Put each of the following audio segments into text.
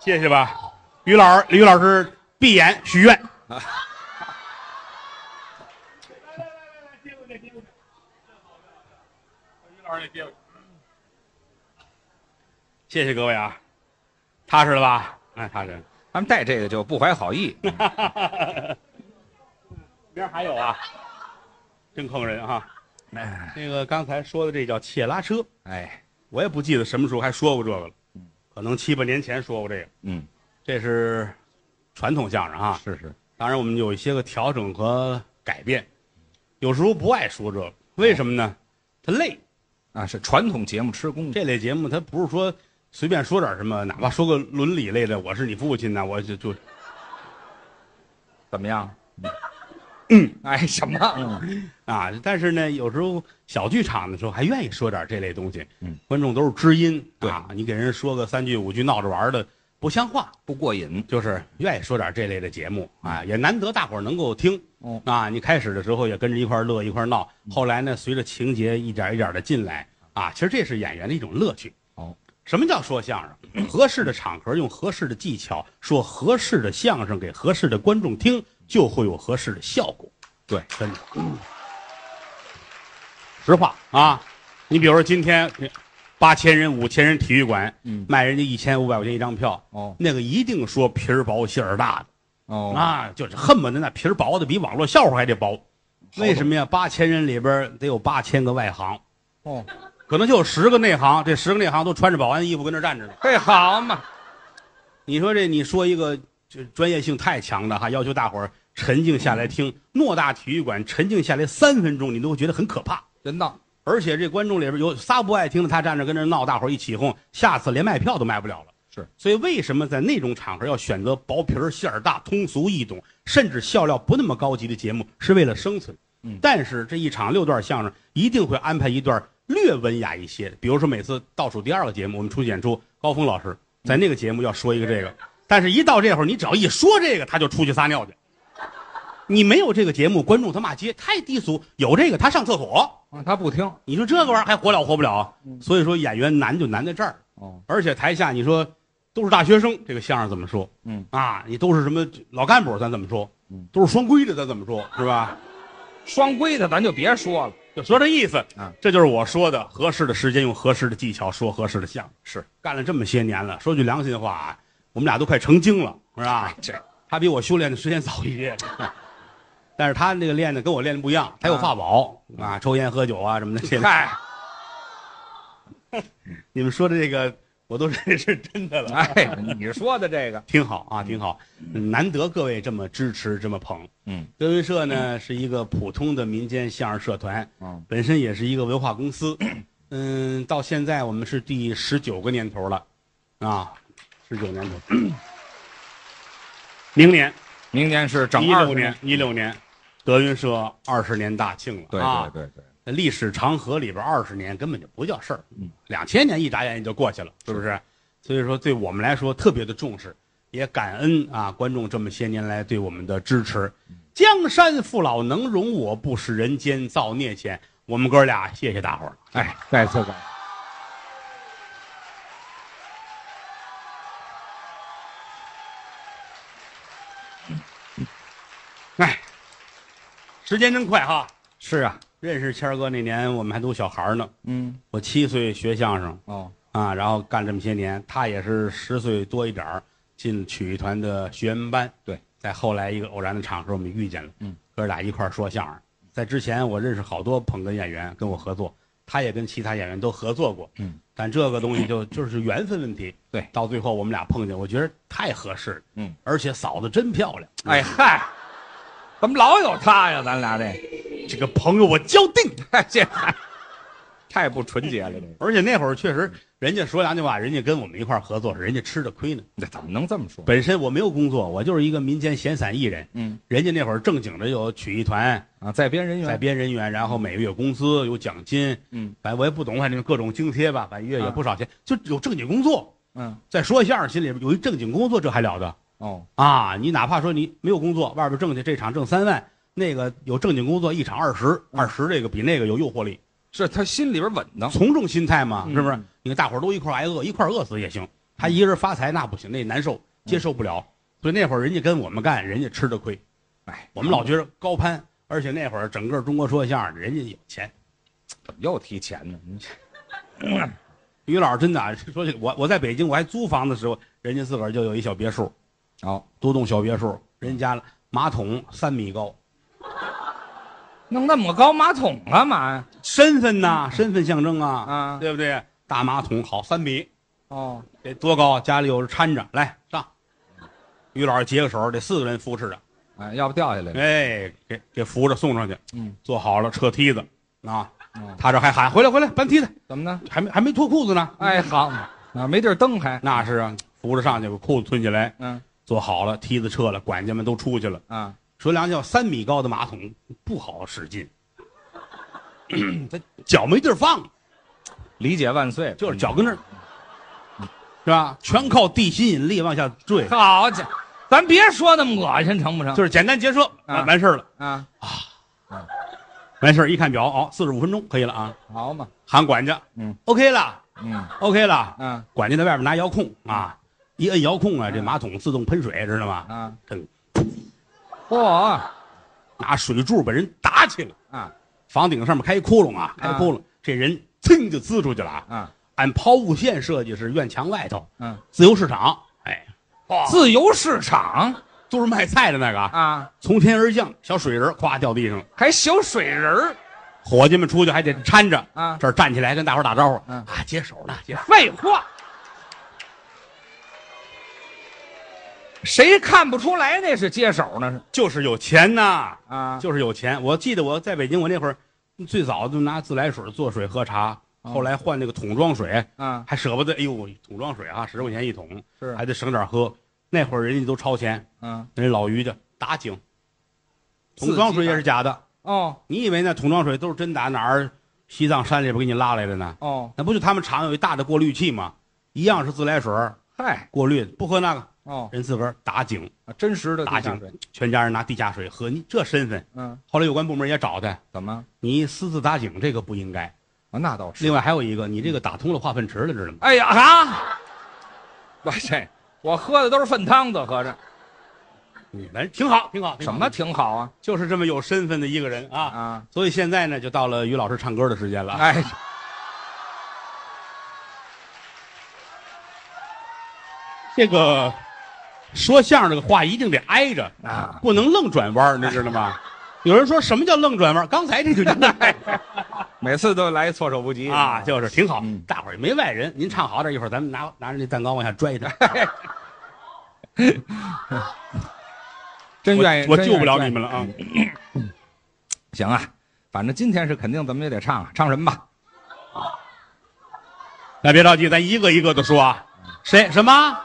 谢谢吧，于老师，于老师闭眼许愿。谢谢各位啊，踏实了吧？哎，踏实。他们带这个就不怀好 意。明儿还有啊，真坑人啊！哎那个刚才说的这叫切拉车，哎，我也不记得什么时候还说过这个了，可能七八年前说过这个。嗯，这是传统相声啊，是是，当然我们有一些个调整和改变，有时候不爱说这个，为什么呢？它累。啊是传统节目吃功夫。这类节目它不是说随便说点什么，哪怕说个伦理类的，我是你父亲呐，我就就怎么样？嗯，哎，什么？嗯啊，但是呢，有时候小剧场的时候还愿意说点这类东西。嗯，观众都是知音，对啊，你给人说个三句五句闹着玩儿的不像话，不过瘾。就是愿意说点这类的节目啊，也难得大伙儿能够听。哦啊，你开始的时候也跟着一块儿乐一块儿闹，后来呢，随着情节一点一点的进来啊，其实这是演员的一种乐趣。哦，什么叫说相声？ 合适的场合用合适的技巧说合适的相声给合适的观众听，就会有合适的效果。对，真的， 实话啊。你比如说今天八千人、五千人体育馆，嗯卖人家一千五百块钱一张票，哦那个一定说皮儿薄馅儿大的。哦啊，就是恨不得那皮儿薄的比网络笑话还得薄。懂为什么呀？八千人里边儿得有八千个外行，哦，可能就有十个内行，这十个内行都穿着保安衣服跟那儿站着呢。这哎好嘛，你说这，你说一个这专业性太强的哈，要求大伙儿沉静下来听。偌大体育馆沉静下来三分钟，你都会觉得很可怕。人闹而且这观众里边有仨不爱听的，他站着跟那儿闹，大伙儿一起哄，下次连卖票都卖不了了。是，所以为什么在那种场合要选择薄皮儿、馅儿大、通俗易懂，甚至笑料不那么高级的节目，是为了生存。嗯但是这一场六段相声一定会安排一段略文雅一些，比如说每次倒数第二个节目，我们出去演出，高峰老师在那个节目要说一个这个，但是一到这会儿，你只要一说这个，他就出去撒尿去。你没有这个节目，观众他骂街太低俗；有这个他上厕所。啊他不听。你说这个玩意儿还活了活不了？所以说演员难就难在这儿，嗯哦，而且台下你说都是大学生，这个相声怎么说？嗯啊，你都是什么老干部，咱怎么说？嗯，都是双规的，咱怎么说？是吧？双规的咱就别说了。就说这意思啊，这就是我说的，合适的时间用合适的技巧说合适的相声。是干了这么些年了，说句良心话啊，我们俩都快成精了，是吧？这他比我修炼的时间早一些， 但是他那个练的跟我练的不一样，他有法宝啊，抽烟喝酒啊什么的。这个嗨，你们说的这个，我都认为是真的了。哎，你说的这个，挺好啊，挺好，难得各位这么支持，这么捧。嗯，德云社呢是一个普通的民间相声社团，嗯，本身也是一个文化公司。嗯，到现在我们是第十九个年头了，啊，十九年头。明年明年是整一二六十年，，一六年，德云社二十年大庆了。对啊对，对对，历史长河里边二十年根本就不叫事儿嗯，两千年一眨眼也就过去了，是不是？所以说，对我们来说特别的重视，也感恩啊观众这么些年来对我们的支持。嗯江山父老能容我，不使人间造孽钱。我们哥俩谢谢大伙儿。哎，再次感哎，时间真快哈！是啊，认识谦儿哥那年，我们还都小孩儿呢，嗯，我七岁学相声哦，啊，然后干这么些年，他也是十岁多一点儿进曲艺团的学员班。对，在后来一个偶然的场合，我们遇见了，嗯，哥俩一块儿说相声。在之前，我认识好多捧哏演员跟我合作，他也跟其他演员都合作过，嗯，但这个东西就就是缘分问题。 对到最后我们俩碰见，我觉得太合适了，嗯，而且嫂子真漂亮，哎，嗨，怎么老有他呀？咱俩这，这个朋友我交定。 哎这太不纯洁了，这个而且那会儿确实，人家说两句话，人家跟我们一块儿合作，人家吃的亏呢。这怎么能这么说？本身我没有工作，我就是一个民间闲散艺人。嗯人家那会儿正经的有曲艺团、啊，在编人员，在编人员，然后每个月有工资有奖金，嗯反正我也不懂，反正各种津贴吧，反正一月也不少钱，就有正经工作。嗯再说相声，心里边有一正经工作，这还了得哦啊！你哪怕说你没有工作，外边挣去这场挣三万，那个有正经工作一场二十，二十这个比那个有诱惑力。是他心里边稳当，从众心态嘛，啊嗯是不是？你看大伙儿都一块儿挨饿，一块儿饿死也行，他一个人发财那不行，那难受，接受不了。所以那会儿人家跟我们干，人家吃的亏，哎，我们老觉着高攀。而且那会儿整个中国说相声，人家有钱。怎么又提钱呢？你于老师真的啊，说起来我我在北京我还租房的时候，人家自个儿就有一小别墅，哦，独栋小别墅，人家马桶三米高，弄那么高马桶干嘛呀？身 份呐，身份象征啊，啊，对不对？大马桶好三米，哦，得多高？家里有人搀着，来上。于老师解个手，得四个人扶持着，哎，要不掉下来了。哎，给给扶着送上去。嗯，坐好了，撤梯子啊嗯，他这还喊回来回来搬梯子，怎么呢？还没还没脱裤子呢。哎，好啊，没地儿蹬还。那是啊，扶着上去，把裤子吞起来，嗯坐好了，梯子撤了，管家们都出去了。啊，说良心话，三米高的马桶不好使劲，他脚没地儿放，理解万岁，就是脚跟那儿，是吧？全靠地心引力往下坠，嗯好家伙，咱别说那么恶心，成不成？就是简单结社，啊完完事儿了，啊，完事儿一看表，哦，四十五分钟可以了啊，好嘛，喊管家，嗯，OK 了嗯，OK 了，啊管家在外边拿遥控啊，一摁遥控啊，这马桶自动喷水，知道吗？啊，噔，嚯啊拿水柱把人打起来，房顶上面开一窟窿啊，开窟窿，这人噌就滋出去了啊。啊按抛物线设计是院墙外头，嗯，自由市场，哎，自由市场都是卖菜的那个啊，啊，从天而降，小水人儿咵掉地上了，还小水人儿伙计们出去还得搀着，啊，这儿站起来跟大伙儿打招呼，嗯啊，接手呢，接手，废话，谁看不出来那是接手呢？是就是有钱呐，啊，就是有钱。我记得我在北京，我那会儿最早就拿自来水做水喝茶，哦后来换那个桶装水，啊还舍不得，哎呦，桶装水啊，十块钱一桶，是还得省点喝。那会儿人家都超前，啊人家老于家打井，自己桶装水也打是假的。哦你以为那桶装水都是真打哪儿西藏山里边给你拉来的呢？哦，那不就他们厂有一大的过滤器吗？一样是自来水儿嗨过滤，不喝那个，哦，人自个儿打井，啊真实的打地下井水，全家人拿地下水喝，你这身份。嗯，后来有关部门也找他，怎么？你私自打井这个不应该。啊，那倒是。另外还有一个，你这个打通了化粪池了， 知道吗？哎呀啊！哇塞，我喝的都是粪汤子，合着嗯，反正挺好，挺好。挺好什么？挺好啊就是这么有身份的一个人啊！啊！所以现在呢，就到了于老师唱歌的时间了啊。哎，这个说相声这个话一定得挨着啊不能愣转弯儿，你知道吗？有人说什么叫愣转弯儿？刚才这就叫 每次都来措手不及啊，就是挺好嗯，大伙儿也没外人，您唱好点，一会儿咱们拿拿着那蛋糕往下拽 他，真愿意，我我真救愿意不了拽你们了啊！行啊，反正今天是肯定怎么也得唱啊，唱什么吧？那别着急，咱一个一个的说啊。谁什么？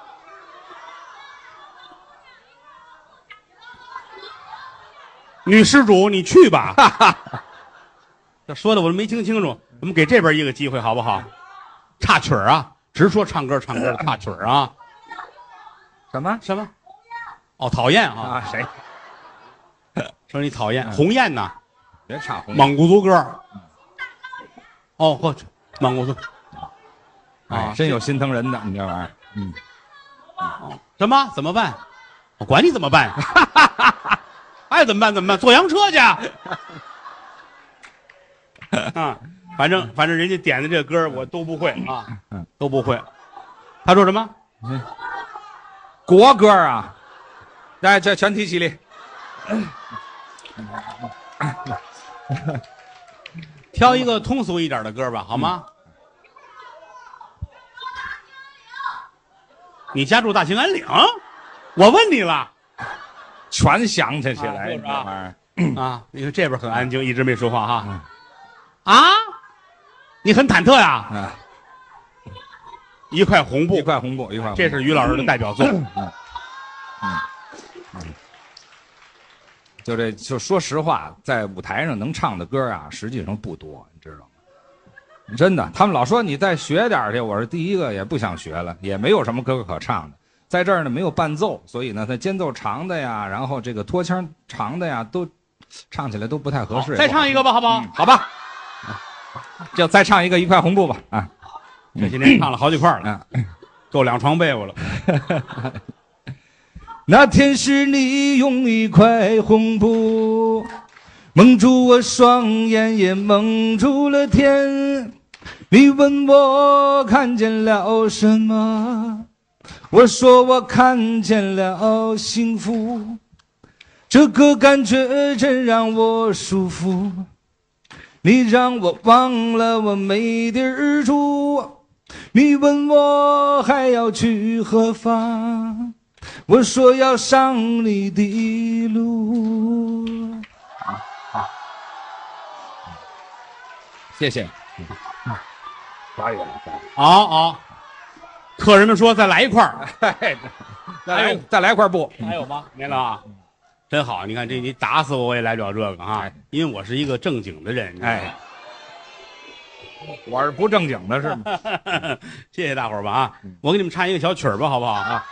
女施主，你去吧。这说的我都没听清楚，我们给这边一个机会好不好？插曲儿啊，直说唱歌唱歌的插曲儿啊。什么什么？哦，讨厌啊！啊？谁？说你讨厌嗯鸿雁呐，别唱红蒙古族歌儿。哦，呵，蒙古族哎啊，真有心疼人的，你这 玩意儿。嗯，什么？怎么办？我管你怎么办，爱怎么办怎么办？坐洋车去。啊，反正反正人家点的这歌儿我都不会啊嗯，都不会。他说什么？国歌啊，哎，这全体起立。挑一个通俗一点的歌吧，好吗？你家住大兴安岭？我问你了全想起起啊来，就是你这玩意儿啊！你看这边很安静，一直没说话哈。啊，你很忐忑呀？啊，一块红一布，块红布，一块红布。这是于老师的代表作。嗯啊就这就说实话，在舞台上能唱的歌啊，实际上不多，你知道吗？真的，他们老说你再学点儿去，我是第一个也不想学了，也没有什么歌可唱的。在这儿呢，没有伴奏，所以呢，它间奏长的呀，然后这个拖腔长的呀，都唱起来都不太合好适。再唱一个吧，好不好？嗯，好吧。就再唱一个一块红布吧啊！这些年唱了好几块了啊，够两床被窝了。那天是你用一块红布蒙住我双眼，也蒙住了天。你问我看见了什么？我说我看见了幸福。这个感觉真让我舒服。你让我忘了我没地儿住。你问我还要去何方？我说要上你的路。啊谢 谢。打远了，好好，客人们说再来一块儿，再来再来块布。还有吗？没了啊，真好。你看这你打死我我也来不了这个啊哎，因为我是一个正经的人。你知道吗哎，我是不正经的是吗？ 谢谢大伙儿吧啊！嗯我给你们唱一个小曲儿吧，好不好啊？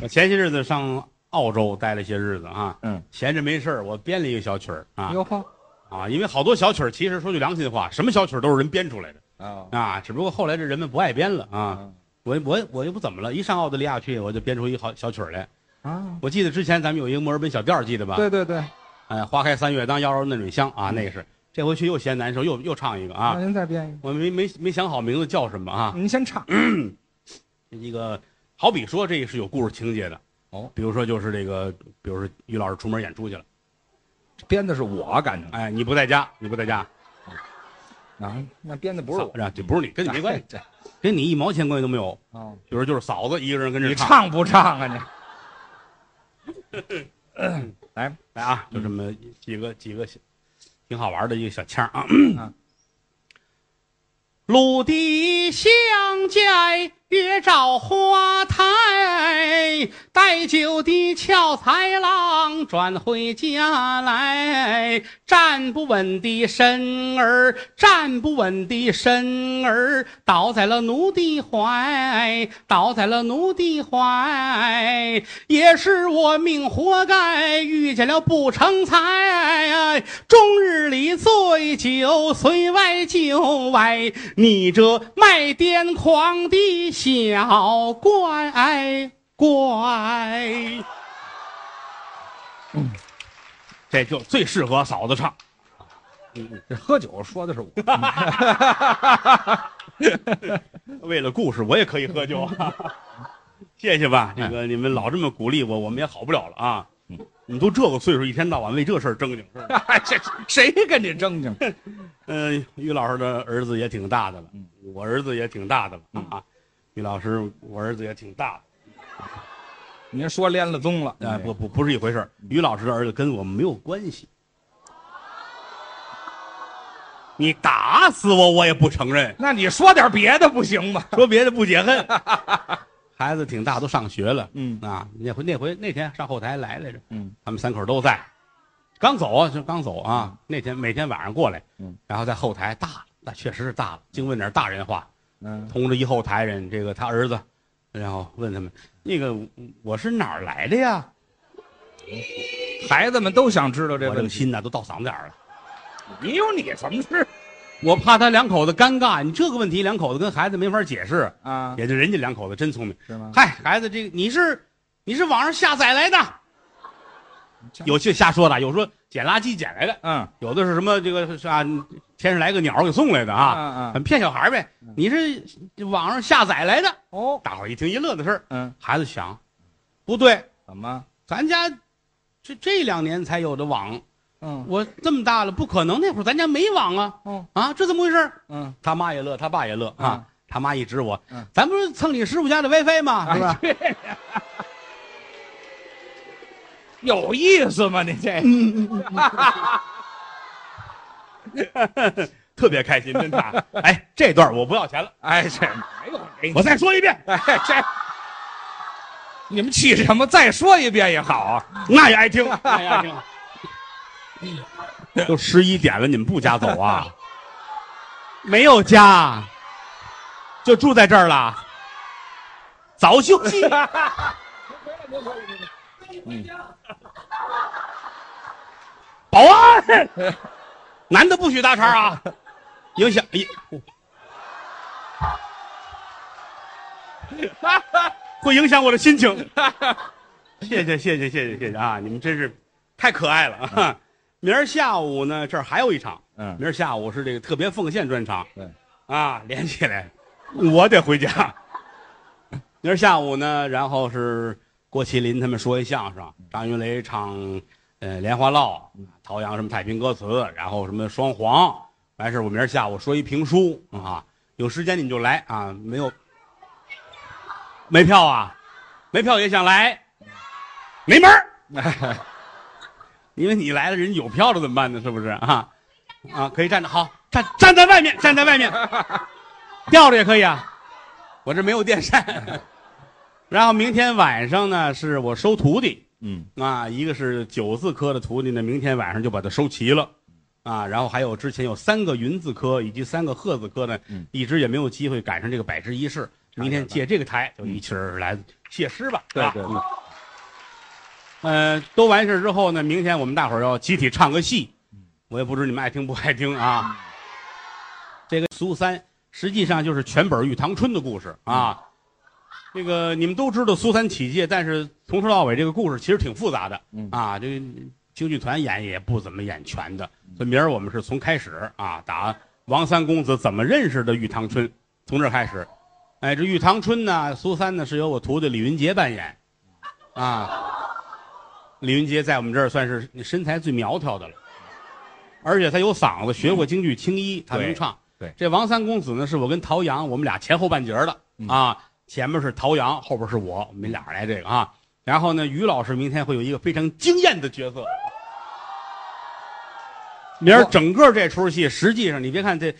我前些日子上澳洲待了些日子啊，嗯，闲着没事儿，我编了一个小曲儿啊哟呵，啊，因为好多小曲儿其实说句良心话，什么小曲儿都是人编出来的啊啊，只不过后来这人们不爱编了啊。啊我我我又不怎么了，一上澳大利亚去我就编出一好小曲儿来。啊！我记得之前咱们有一个墨尔本小调儿，记得吧？对嗯对对，哎，花开三月当，妖娆嫩水香啊，那个是。这回去又嫌难受，又又唱一个那啊，您再编一我没没没想好名字叫什么啊。个，您先唱。一个好比说这个是有故事情节的嗯哦，比如说就是这个，比如说于老师出门演出去了，编的是我，感觉哎，你不在家，你不在家，啊，那编的不是我，啊，就不是你，跟你没关系， 系。跟你一毛钱关系都没有。啊，比如就是嫂子一个人跟你这唱不唱啊你？来啊，就这么几个几个小挺好玩的一个小腔儿啊啊。鲁地相见月照花台，带酒的俏才郎转回家来，站不稳的身儿，站不稳的身儿，倒在了奴的怀，倒在了奴的怀。也是我命活该，遇见了不成才，终日里醉酒，随外就外，你这卖癫狂的小乖乖。这就最适合嫂子唱，这 喝酒说的是我，为了故事我也可以喝酒， 谢谢吧。这哎个你们老这么鼓励我，我们也好不了了啊。你都这个岁数，一天到晚为这事儿正经是吧？ 这谁跟你正经？嗯、于老师的儿子也挺大的了，嗯我儿子也挺大的了、啊。于老师，我儿子也挺大您说连了宗了？嗯的，哎、不不不是一回事儿。于老师的儿子跟我们没有关系，你打死我我也不承 认。那你说点别的不行吗？说别的不解 恨，孩子挺大，都上学了嗯啊。那回那回那天上后台来来着，嗯，他们三口都在，刚走啊，就刚走啊。那天每天晚上过来，嗯，然后在后台大了，那确实是大了，净问点大人话。嗯，同着一后台人，这个他儿子，然后问他们，那个我是哪儿来的呀？孩子们都想知道这我这问个题。心呐都到嗓子眼儿了，你有你什么事我怕他两口子尴尬。你这个问题，两口子跟孩子没法解释，啊？也就人家两口子真聪明。是吗？嗨，孩子，这个你是你是网上下载来的，有些瞎说的，有说捡垃圾捡来的，嗯有的是什么这个是啊，天上来个鸟儿给送来的啊，啊很骗小孩儿呗。你是网上下载来的，哦，大伙儿一听一乐的事儿。嗯，孩子想，不对，怎么？咱家这这两年才有的网，嗯我这么大了不可能，那会儿咱家没网啊。哦啊，这怎么回事儿？嗯，他妈也乐，他爸也乐啊嗯。他妈一指我嗯，哎咱不是蹭你师傅家的 WiFi 吗？是吧？有意思吗？你这特别开心，真的。哎，这段我不要钱了，哎这没有没我再说一遍，哎这。你们气什么？再说一遍也好啊！那也爱听， 那也爱听。 都十一点了，你们不家走 啊？没有家，就住在这儿了。早休 息。 保安，男的不许搭茬啊！影 响影，会影响我的心情。 谢谢谢谢谢谢谢谢啊！你们真是太可爱了啊！明儿下午呢，这儿还有一场，嗯明儿下午是这个特别奉献专场，对，啊，连起来， 我得回家。明儿下午呢，然后是郭麒麟他们说一相声，张云雷唱呃《莲花落》，陶阳什么太平歌词，然后什么双簧，完事儿我明儿下午说一评书啊，有时间你们就来啊，没有没票啊，没票也想来，没门 儿，因为你来了，人有票了怎么办呢？是不是啊？啊，可以站着，好站站在外面，站在外 面，吊着也可以啊。我这没有电扇。 然后明天晚上呢，是我收徒弟嗯，啊，一个是九字科的徒弟呢，明天晚上就把他收齐了。啊，然后还有之前有三个云字科以及三个鹤字科呢，嗯一直也没有机会赶上这个百知一试。明天借这个台就一起儿来谢师吧，对是吧对嗯呃，都完事儿之后呢，明天我们大伙儿要集体唱个戏，我也不知你们爱听不爱听啊。这个苏三实际上就是全本《玉堂春》的故事啊。这个你们都知道苏三起解，但是从头到尾这个故事其实挺复杂的，嗯啊，这个京剧团演也不怎么演全的，所以明儿我们是从开始啊，打王三公子怎么认识的玉堂春，从这儿开始。哎，这玉堂春呢，苏三呢是由我徒弟李云杰扮演，啊，李云杰在我们这儿算是身材最苗条的了，而且他有嗓子，学过京剧青衣，他能对唱。对这王三公子呢，是我跟陶阳，我们俩前后半截儿的、嗯啊，前面是陶阳，后边是我，我们俩来这个啊。然后呢，于老师明天会有一个非常惊艳的角色。明儿哇整个这出戏，实际上你别看这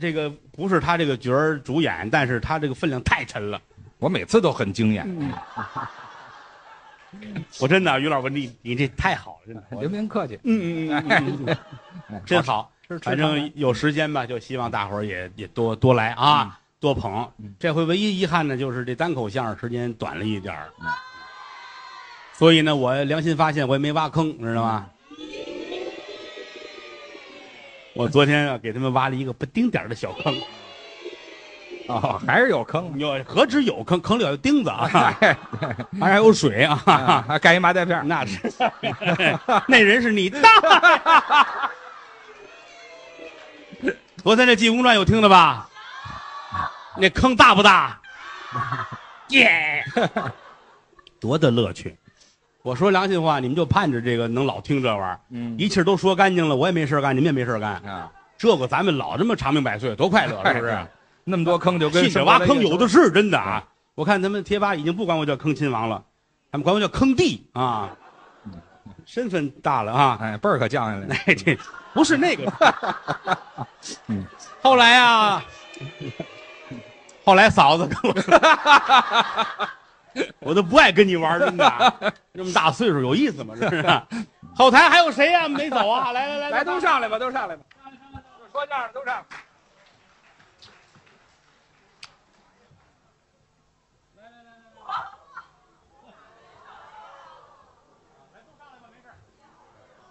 这个不是他这个角儿主演，但是他这个分量太沉了。我每次都很惊艳。我真的，于老师，我你你这太好了，真的，我您您客气，嗯嗯嗯嗯嗯嗯，真好。吃反正有时间吧，就希望大伙儿也也多多来啊，多捧。这回唯一遗憾呢，就是这单口相声时间短了一点儿，所以呢，我良心发现，我也没挖坑，知道吗？我昨天啊，给他们挖了一个不丁点儿的小坑，哦，还是有坑，有何止有坑，坑里有钉子 啊，还有水啊，啊还盖一麻袋片 儿。那是那人是你大爷。昨天这《济公传》有听的吧？那坑大不大？耶、 多大乐趣！我说良心话，你们就盼着这个能老听这玩意儿，嗯一气儿都说干净了，我也没事儿干，你们也没事儿干，啊，这个咱们老这么长命百岁，多快乐， 是不哎是？那么多坑就跟信手挖坑有的是，真的啊！我看他们贴吧已经不管我叫坑亲王了，他们管我叫坑弟啊，身份大了啊！哎，辈儿可降下来了。哎，这 不是那个。嗯后来啊，后来嫂子跟我说，我都不爱跟你玩，真的啊， 这么大岁数有意思吗？是不是？后台还有谁呀、没走啊？来来来 来，都上来吧，都上来吧。说相声都上来。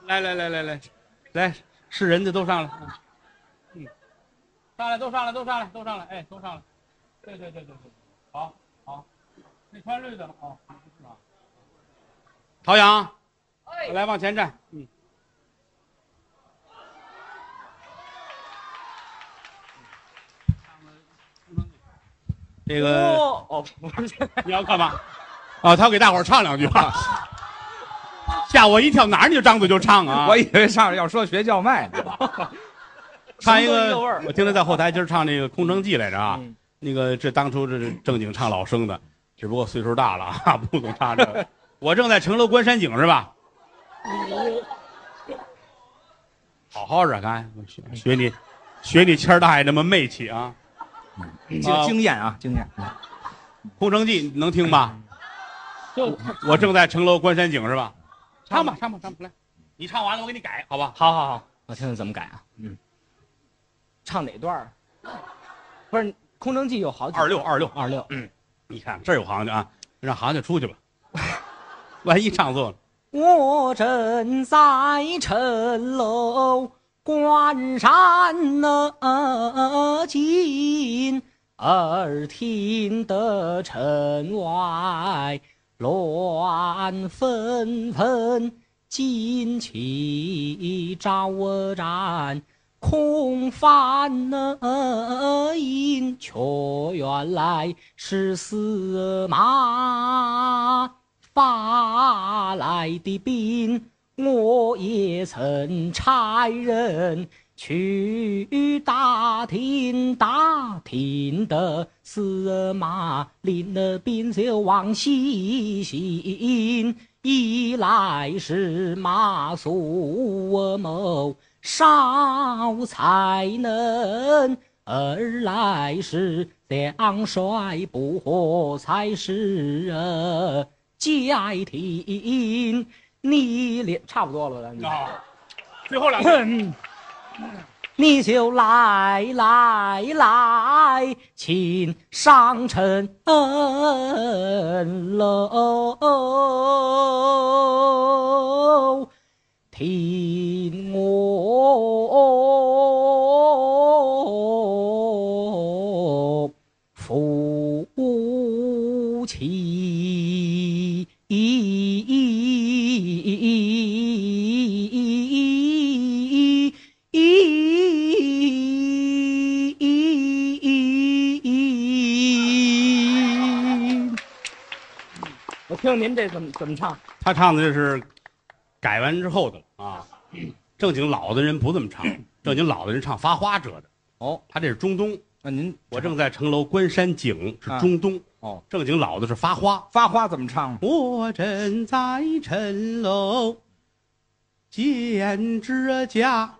来来来来来，来是人的都上来，嗯，上来都上来都上来都上来，哎，都上来，对对对对对，好好，那穿绿的好，是吧？陶阳，来往前站，嗯。这个哦哦，不是，你要干嘛？啊，他给大伙儿唱两句吧，吓我一跳，哪儿你就张嘴就唱啊？我以为上来要说学叫卖呢。唱一什么都一个味儿我听他在后台今儿唱那个《空城计》来着啊嗯，那个这当初这是正经唱老生的，只不过岁数大了啊，不懂唱这个。我正在城楼观山景是吧？好好的，看我学学你，学你谦儿大爷那么媚气啊！经啊经验啊，经验。 《空城计》能听吧？ 就我正在城楼观山景是吧？唱吧，唱吧，唱吧，来，你唱完了我给你改，好吧？好好好，我听听怎么改啊。嗯，唱哪段儿？不是《空城计》有好几二六二六，二六，嗯你看这儿有行家啊，让行家出去吧， 万一唱错了。我正在城楼关山呢近，耳听得城外乱纷纷，旌旗招展，空翻呢印，却原来是司马发来的兵。我也曾差人去打听，打听的司马领了兵就往西行，一来是马谡谋少才能，二来是将帅不和才是家庭。你连差不多了吧？你啊，最后两句，嗯，你就来来来，请上呃城楼，听我夫妻。我听听您这怎么怎么唱？他唱的这是改完之后的啊，正经老的人不这么唱，正经老的人唱发花折的。哦，他这是中东，那您我正在城楼观山景是啊中东，哦，正经老的是发花。发花怎么唱？我正在城楼剪指甲，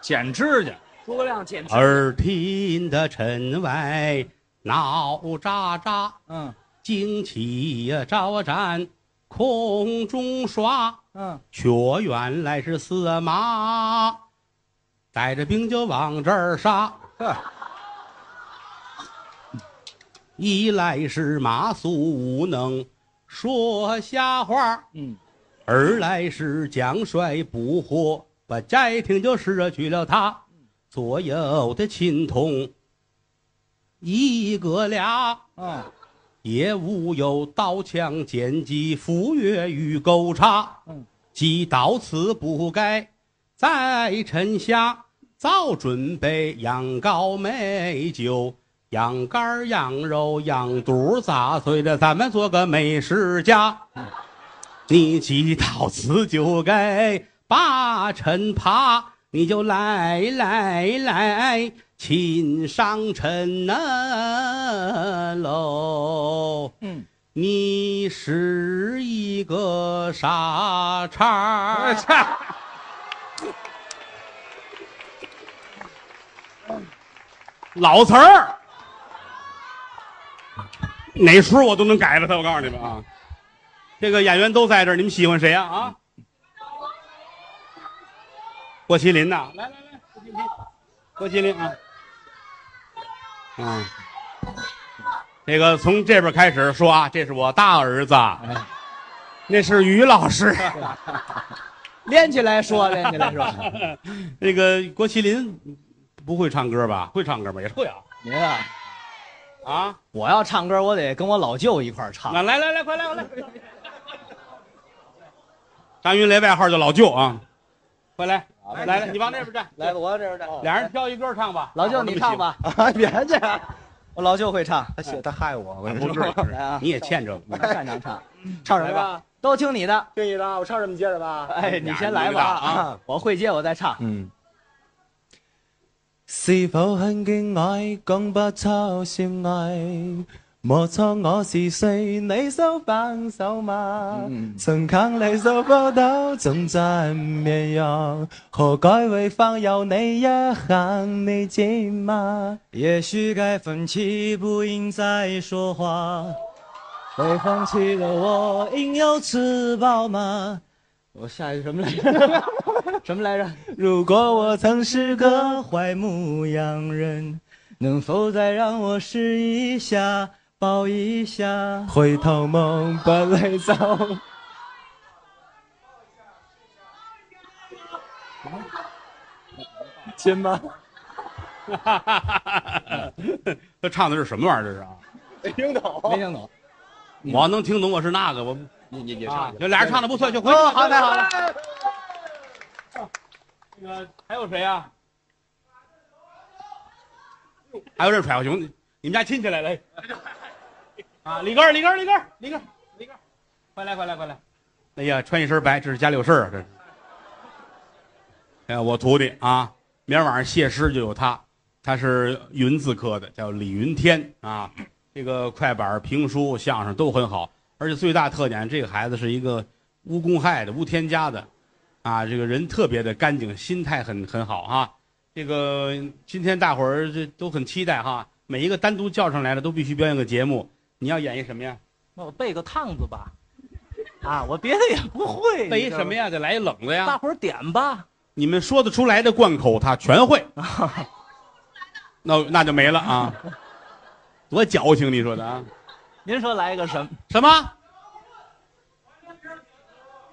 剪指甲，诸葛亮简耳听得城外闹喳喳，嗯旌旗呀招展，空中刷。嗯，却原来是司马，带着兵就往这儿杀。呵，一来是马谡无能说瞎话，嗯，二来是将帅不和，把寨亭就失去了他。左右的亲童，一个俩，哦，也无有刀枪剑戟斧钺与钩叉嗯。既到此不该再沉下，早准备羊羔美酒、羊肝儿、羊肉、羊肚儿杂碎的，咱们做个美食家。你既到此就该把臣爬，你就来来来，请上臣呐喽。嗯，你是一个傻叉哎儿， 这老词儿，哪出我都能改了他。我告诉你们啊，这个演员都在这儿，你们喜欢谁啊？啊，郭麒麟呐，来来来，郭麒麟，郭麒麟啊，嗯，这个从这边开始说啊，这是我大儿子，那是于老师。连起来说，连起来说，那个郭麒麟不会唱歌吧？会唱歌吧？也会啊 您啊，啊！我要唱歌，我得跟我老舅一块儿唱。那来来来，快来快来！张云雷外号叫老舅啊，快来来来，你往那边站，来吧，我这边的。俩人挑一歌唱吧。老舅，你唱，吧，啊，别这样，我老舅会唱，他写他害我，我跟你不说。至于，来啊，你也欠着。我擅长唱，唱什么来吧吧，都听你的。听你的，我唱什么接着吧。哎，你先来吧 啊，我会接，我再唱。嗯。是否很敬愛？講不出算愛。磨錯我是誰？你手放手嗎？嗯曾扛你手不到，總在綿羊。何該會放有你一行？你知嗎？也許該放棄，不應再說話。被放棄的我，應有自爆嗎？我下一句什么来 着？什么来着？如果我曾是个坏牧羊人，能否再让我试一下，抱一下？回头梦不泪走。亲吧，他唱的是什么玩意儿？这是啊！没听哦没懂。听懂。嗯我要能听懂，我是那个我。你你你啊唱，去，这俩人唱的不错，就回哦，好嘞好嘞。那个还有谁啊？还有这甩过熊，你们家亲戚来了。哎啊，李根，李根，李根，李根，李根，快来，快来，快来！哎呀，穿一身白，这是家里有事儿啊，这是。哎呀，我徒弟啊，明儿晚上谢师就有他，他是云字科的，叫李云天啊。这个快板、评书、相声都很好，而且最大特点，这个孩子是一个无公害的、无添加的，啊，这个人特别的干净，心态很很好哈。这个今天大伙儿这都很期待哈，每一个单独叫上来的都必须表演个节目。你要演一什么呀？那我背个趟子吧，啊，我别的也不会。背一什么呀？呀？得来一冷的大呀。伙儿点吧。你们说得出来的贯口他全会，那那就没了啊。多矫情，你说的啊？您说来一个什么什么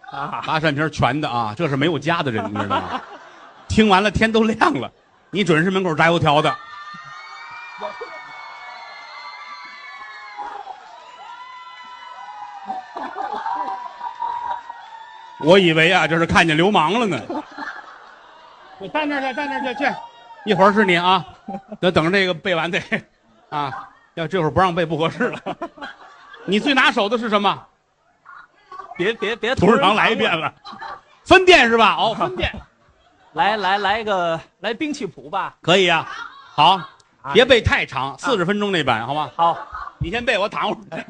啊？八扇屏全的啊？这是没有家的人，你知道吗？听完了天都亮了，你准是门口炸油条的。我以为啊，这是看见流氓了呢。我站那儿去，站那儿去，去，一会儿是你啊，得等这个背完得，啊，要这会儿不让背不合适了。你最拿手的是什么？别别别，啊土食堂来一遍了，分店是吧？哦，分店来来来一个来兵器谱吧。 可以啊。好，啊别背太长，四十分钟那版好吗？好，哎你先背，我躺会 儿。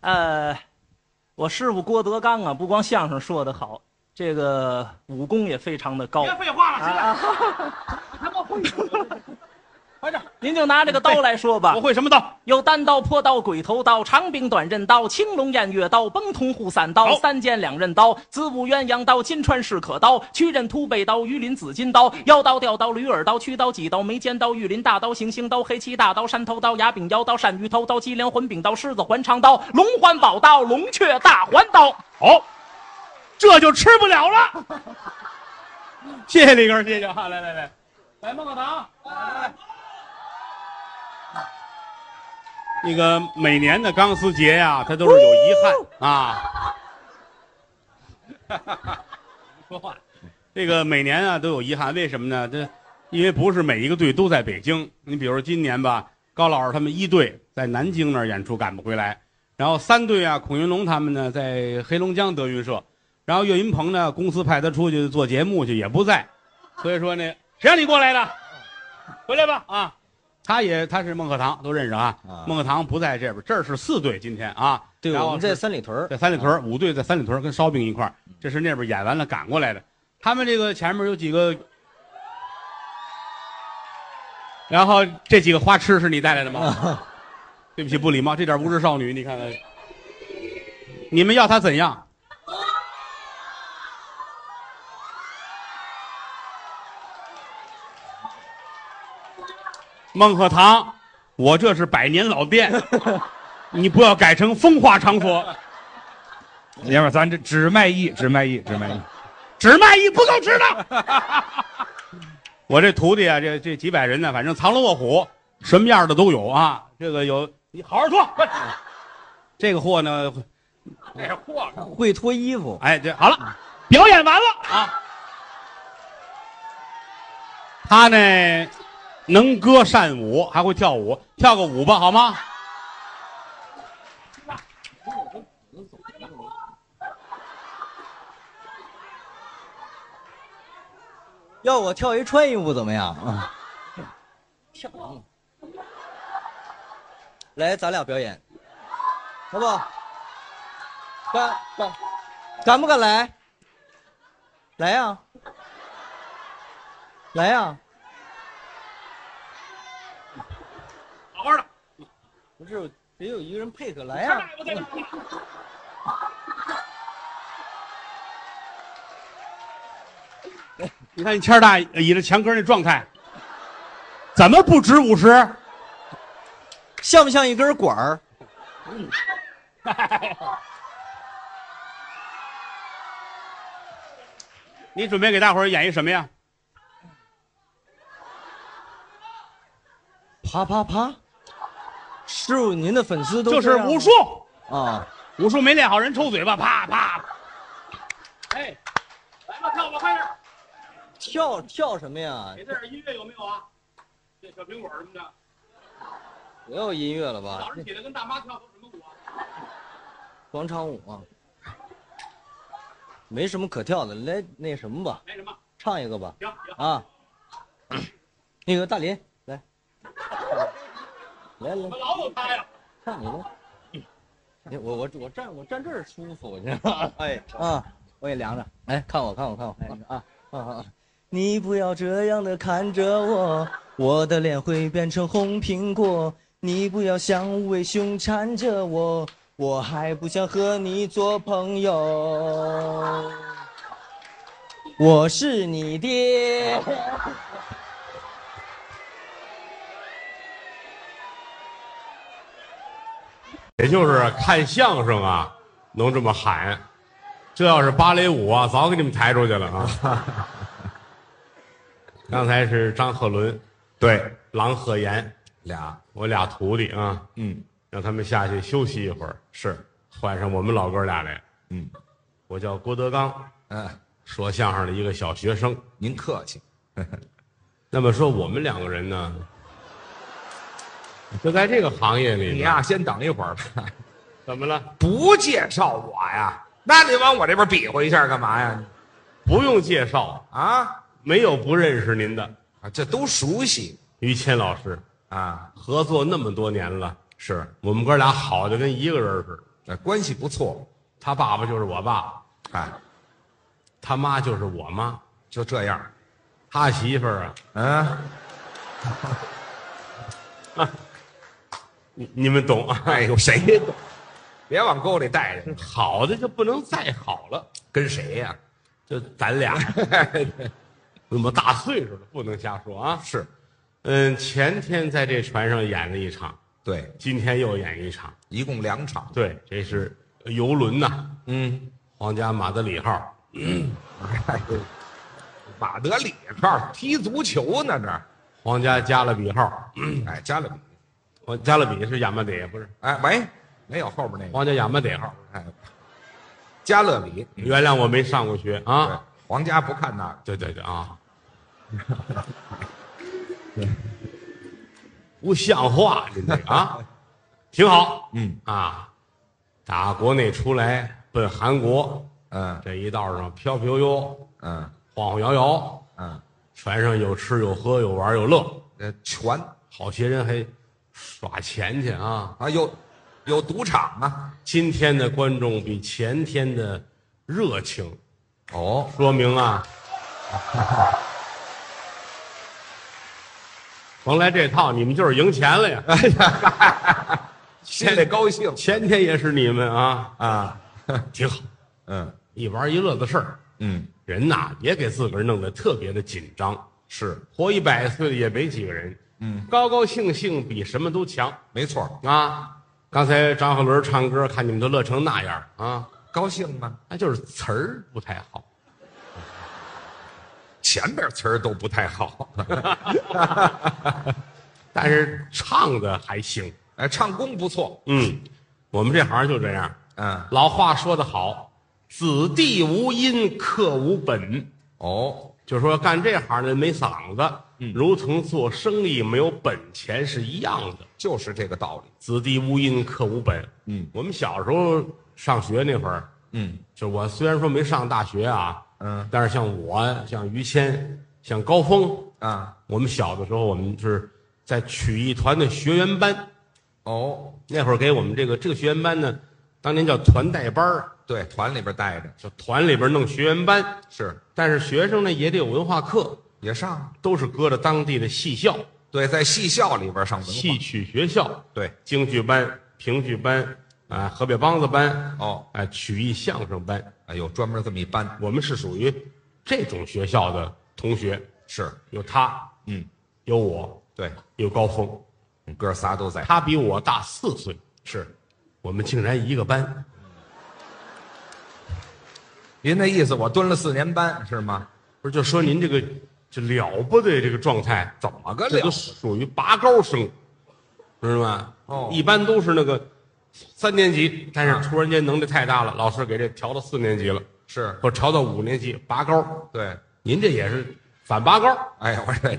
呃，我师傅郭德纲啊，不光相声说得好，这个武功也非常的高。废话了，啊，快点！您就拿这个刀来说吧啊我，会什么刀？有单刀、破刀、鬼头刀、长柄短刃刀、青龙偃月刀、崩铜护伞刀、好三尖两刃刀、子午鸳鸯刀、金川噬可刀、曲刃突背刀、鱼鳞紫金刀、腰刀、吊刀、驴耳刀、曲刀、戟刀、眉尖刀、玉鳞大刀、行星刀、黑漆大刀、山头刀、牙柄腰刀、鳝鱼头刀、鸡梁混柄刀、狮子环长刀、龙环宝刀、龙雀大环刀。好，这就吃不了 了。谢谢李哥，谢谢啊！来来来，来孟鹤堂，来来来。那个每年的钢丝节呀、它都是有遗憾啊。说话，这个每年啊都有遗憾，为什么呢？这因为不是每一个队都在北京。你比如说今年吧，高老师他们一队在南京那儿演出赶不回来，然后三队啊，孔云龙他们呢在黑龙江德云社，然后岳云鹏呢公司派他出去做节目去也不在，所以说呢，谁让你过来的？回来吧啊！他也他是孟鹤堂都认识啊，啊孟鹤堂不在这边，这儿是四队今天啊，对，然我后们是在三里屯儿在三里屯儿，五队在三里屯儿跟烧饼一块儿，这是那边演完了赶过来的。他们这个前面有几个，然后这几个花痴是你带来的吗？对不起，不礼貌，这点无知少女，你看看，你们要她怎样？孟鹤堂，我这是百年老店，你不要改成风化场所。 爷们儿，咱这只卖艺，只卖艺，只卖艺。只卖艺不够吃的。 我这徒弟啊，这这几百人呢，反正藏龙卧虎，什么样的都有啊。这个有，你好好说。快这个货呢，这货，会脱衣服，哎，这好了，表演完了啊。他呢，能歌善舞，还会跳舞，跳个舞吧，好吗？要我跳一穿衣舞怎么样？啊，来，咱俩表演，好不好？敢敢敢不敢来？来呀、来呀、好好的，不是得有一个人配合，来呀、你看你谦儿大倚着墙根儿那状态，怎么不值五十？像不像一根管儿？你准备给大伙儿演一什么呀？啪啪啪！师傅，您的粉丝都就是这样吗武术，啊！武术没练好，人抽嘴巴，啪啪。哎，来吧，跳吧，快点！跳跳什么呀？这点音乐有没有啊？这小苹果什么的，不要音乐了吧？起来跟大妈跳都什么舞啊？广场舞啊，没什么可跳的，来那什么吧，来什么？唱一个吧行行，啊！ 那个大林来，来来老有他呀。唱一个。哎我我我站我站这儿舒服，你知道吗？ 哎啊，我也凉着。哎，看我看我看我，哎啊啊啊！你不要这样的看着我，我的脸会变成红苹果。你不要像无尾熊缠着我，我还不想和你做朋 友。我是你爹。也就是看相声啊，能这么喊。这要是芭蕾舞啊，早给你们抬出去了啊。 刚才是张鹤伦，对，郎鹤炎，俩我俩徒弟啊，嗯让他们下去休息一会儿，是换上我们老哥俩来。嗯我叫郭德纲，嗯、说相声的一个小学生。您客气，那么说，我们两个人呢，就在这个行业里你边哎呀、先等一会儿吧，怎么了？不介绍我呀？那你往我这边比划一下干嘛呀？不用介绍，啊没有不认识您的。啊，这都熟悉于谦老师啊，合作那么多年了，是我们哥俩好的跟一个人似的。呃关系不错，他爸爸就是我爸，哎，他妈就是我妈，就这样，他媳妇儿啊，嗯、你你们懂啊。 哎呦，谁都别往沟里带去，好的就不能再好了，跟谁呀、就咱俩， 那么大岁数了，不能瞎说啊。是，嗯，前天在这船上演了一场，对，今天又演一场。一共两场，对，这是游轮呐、嗯，皇家马德里号。哎呦马德里号踢足球呢这儿，皇家加勒比号，哎，加勒比，我加勒比是亚麻得，不是哎，喂，没有后边那个，皇家亚麻得号。哎，加勒比，嗯原谅我没上过学对啊。，皇家不看那个，对对对啊，不像话，您这个啊，挺好。嗯啊，打国内出来奔韩国，嗯这一道上飘飘悠悠，嗯晃晃摇摇，嗯，船上有吃有喝有玩有乐，呃，全好些人还耍钱去啊。啊，有有赌场啊，今天的观众比前天的热情，哦，说明 啊，甭来这套，你们就是赢钱了哎呀。 心里高兴前天也是你们啊，啊，挺好，嗯一玩一乐的事儿。嗯，人呐，也给自个儿弄得特别的紧张。是，活一百岁的也没几个人，嗯，高高兴兴比什么都强没错，啊！刚才张鹤伦唱歌，看你们都乐成那样啊，高兴吗？那就是词儿不太好。前边词儿都不太好，但是唱的还行。哎，唱功不错，嗯，我们这行就这样。嗯，老话说得好，子弟无音课无本，哦，嗯就说干这行的没嗓子，如同做生意没有本钱是一样的。就是这个道理，子弟无音课无本。嗯，我们小时候上学那会儿，嗯就我虽然说没上大学啊，嗯但是像我、像于谦、像高峰，啊，我们小的时候，我们是在曲艺团的学员班。哦，那会儿给我们这个这个学员班呢，当年叫团带班儿对，团里边带着就团里边弄学员班。是但是学生呢也得有文化课，也啊上，都是搁着当地的戏校、对，在戏校里边上文戏化，曲学校、对，京剧班、评剧班啊、河北梆子班、哦，啊、曲艺相声班，哎有专门这么一班，我们是属于这种学校的同学，是，有他，嗯，有我，对，有高峰，哥仨都在，他比我大四岁，是，我们竟然一个班。您那意思，我蹲了四年班是吗？不是就说您这个这了不得这个状态，怎么个这了都？属于拔高生，知道吗？哦一般都是那个三年级，但是突然间能力太大了，老师给这调到四年级了，是或调到五年级，拔高。对，您这也是反拔高，哎呀，我这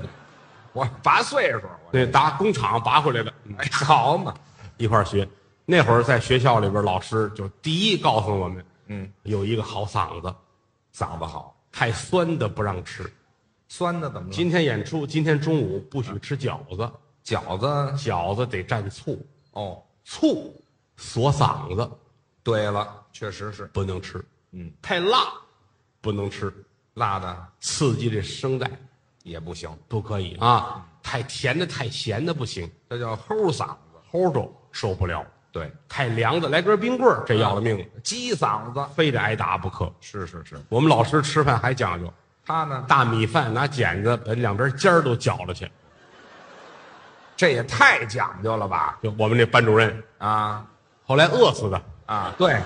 我拔岁数，我这对，打工厂拔回来的，哎好嘛，一块儿学。那会儿在学校里边，老师就第一告诉我们，嗯，有一个好嗓子，嗓子好，太酸的不让吃。酸的怎么了？今天演出，今天中午不许吃饺子，饺子饺子得蘸醋，哦，醋锁嗓子，对了，确实是不能吃。嗯，太辣不能吃，辣的刺激这声带也不行，不可以嗯啊。太甜的、太咸的不行，这叫齁嗓子。齁着受不了。对，太凉的来根冰棍儿，这要了命了，鸡嗓子非得挨打不可。是是是，我们老师吃饭还讲究，他呢，大米饭拿剪子把两边尖儿都绞了去。这也太讲究了吧？就我们这班主任，啊后来饿死的，啊，对，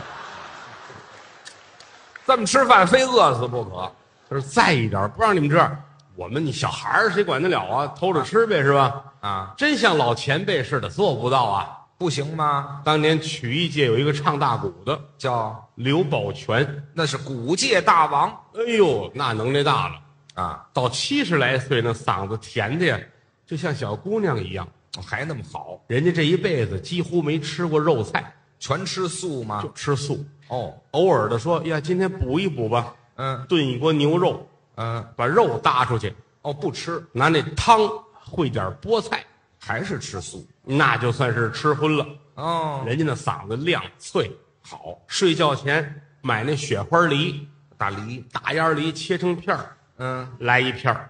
这么吃饭非饿死不可。他说再一点儿，不让你们这样，我们你小孩儿谁管得了啊？偷着吃呗，是吧？啊，真像老前辈似的，做不到啊。不行吗？当年曲艺界有一个唱大鼓的叫刘宝全，那是古界大王哎呦，那能耐大了，啊，到七十来岁那嗓子甜的呀，就像小姑娘一样。还那么好，人家这一辈子几乎没吃过肉菜，全吃素吗就？吃素，哦，偶尔的说哎呀，今天补一补吧，嗯炖一锅牛肉，嗯，把肉搭出去，哦，不吃，拿那汤烩点菠菜，还是吃素。那就算是吃荤了。哦，人家那嗓子亮脆好，睡觉前买那雪花梨，大梨，大烟梨切成片儿，嗯，来一片儿，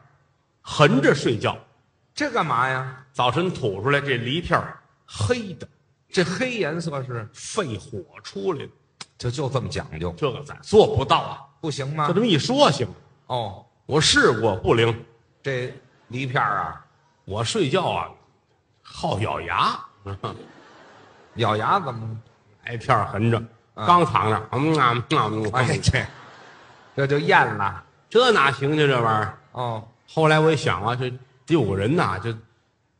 横着睡觉。这干嘛呀？早晨吐出来这梨片儿黑的，这黑颜色是肺火出来的，就就这么讲究，这个咱做不到啊。不行吗就？这么一说行，哦，我试过不灵。这梨片儿啊，我睡觉啊，好咬牙，咬牙怎么？挨片儿横着，嗯刚躺那儿，嗯啊嗯啊嗯啊哎，这这就咽了。这哪行啊去这玩意儿？哦，后来我一想啊，这得有个人呐，就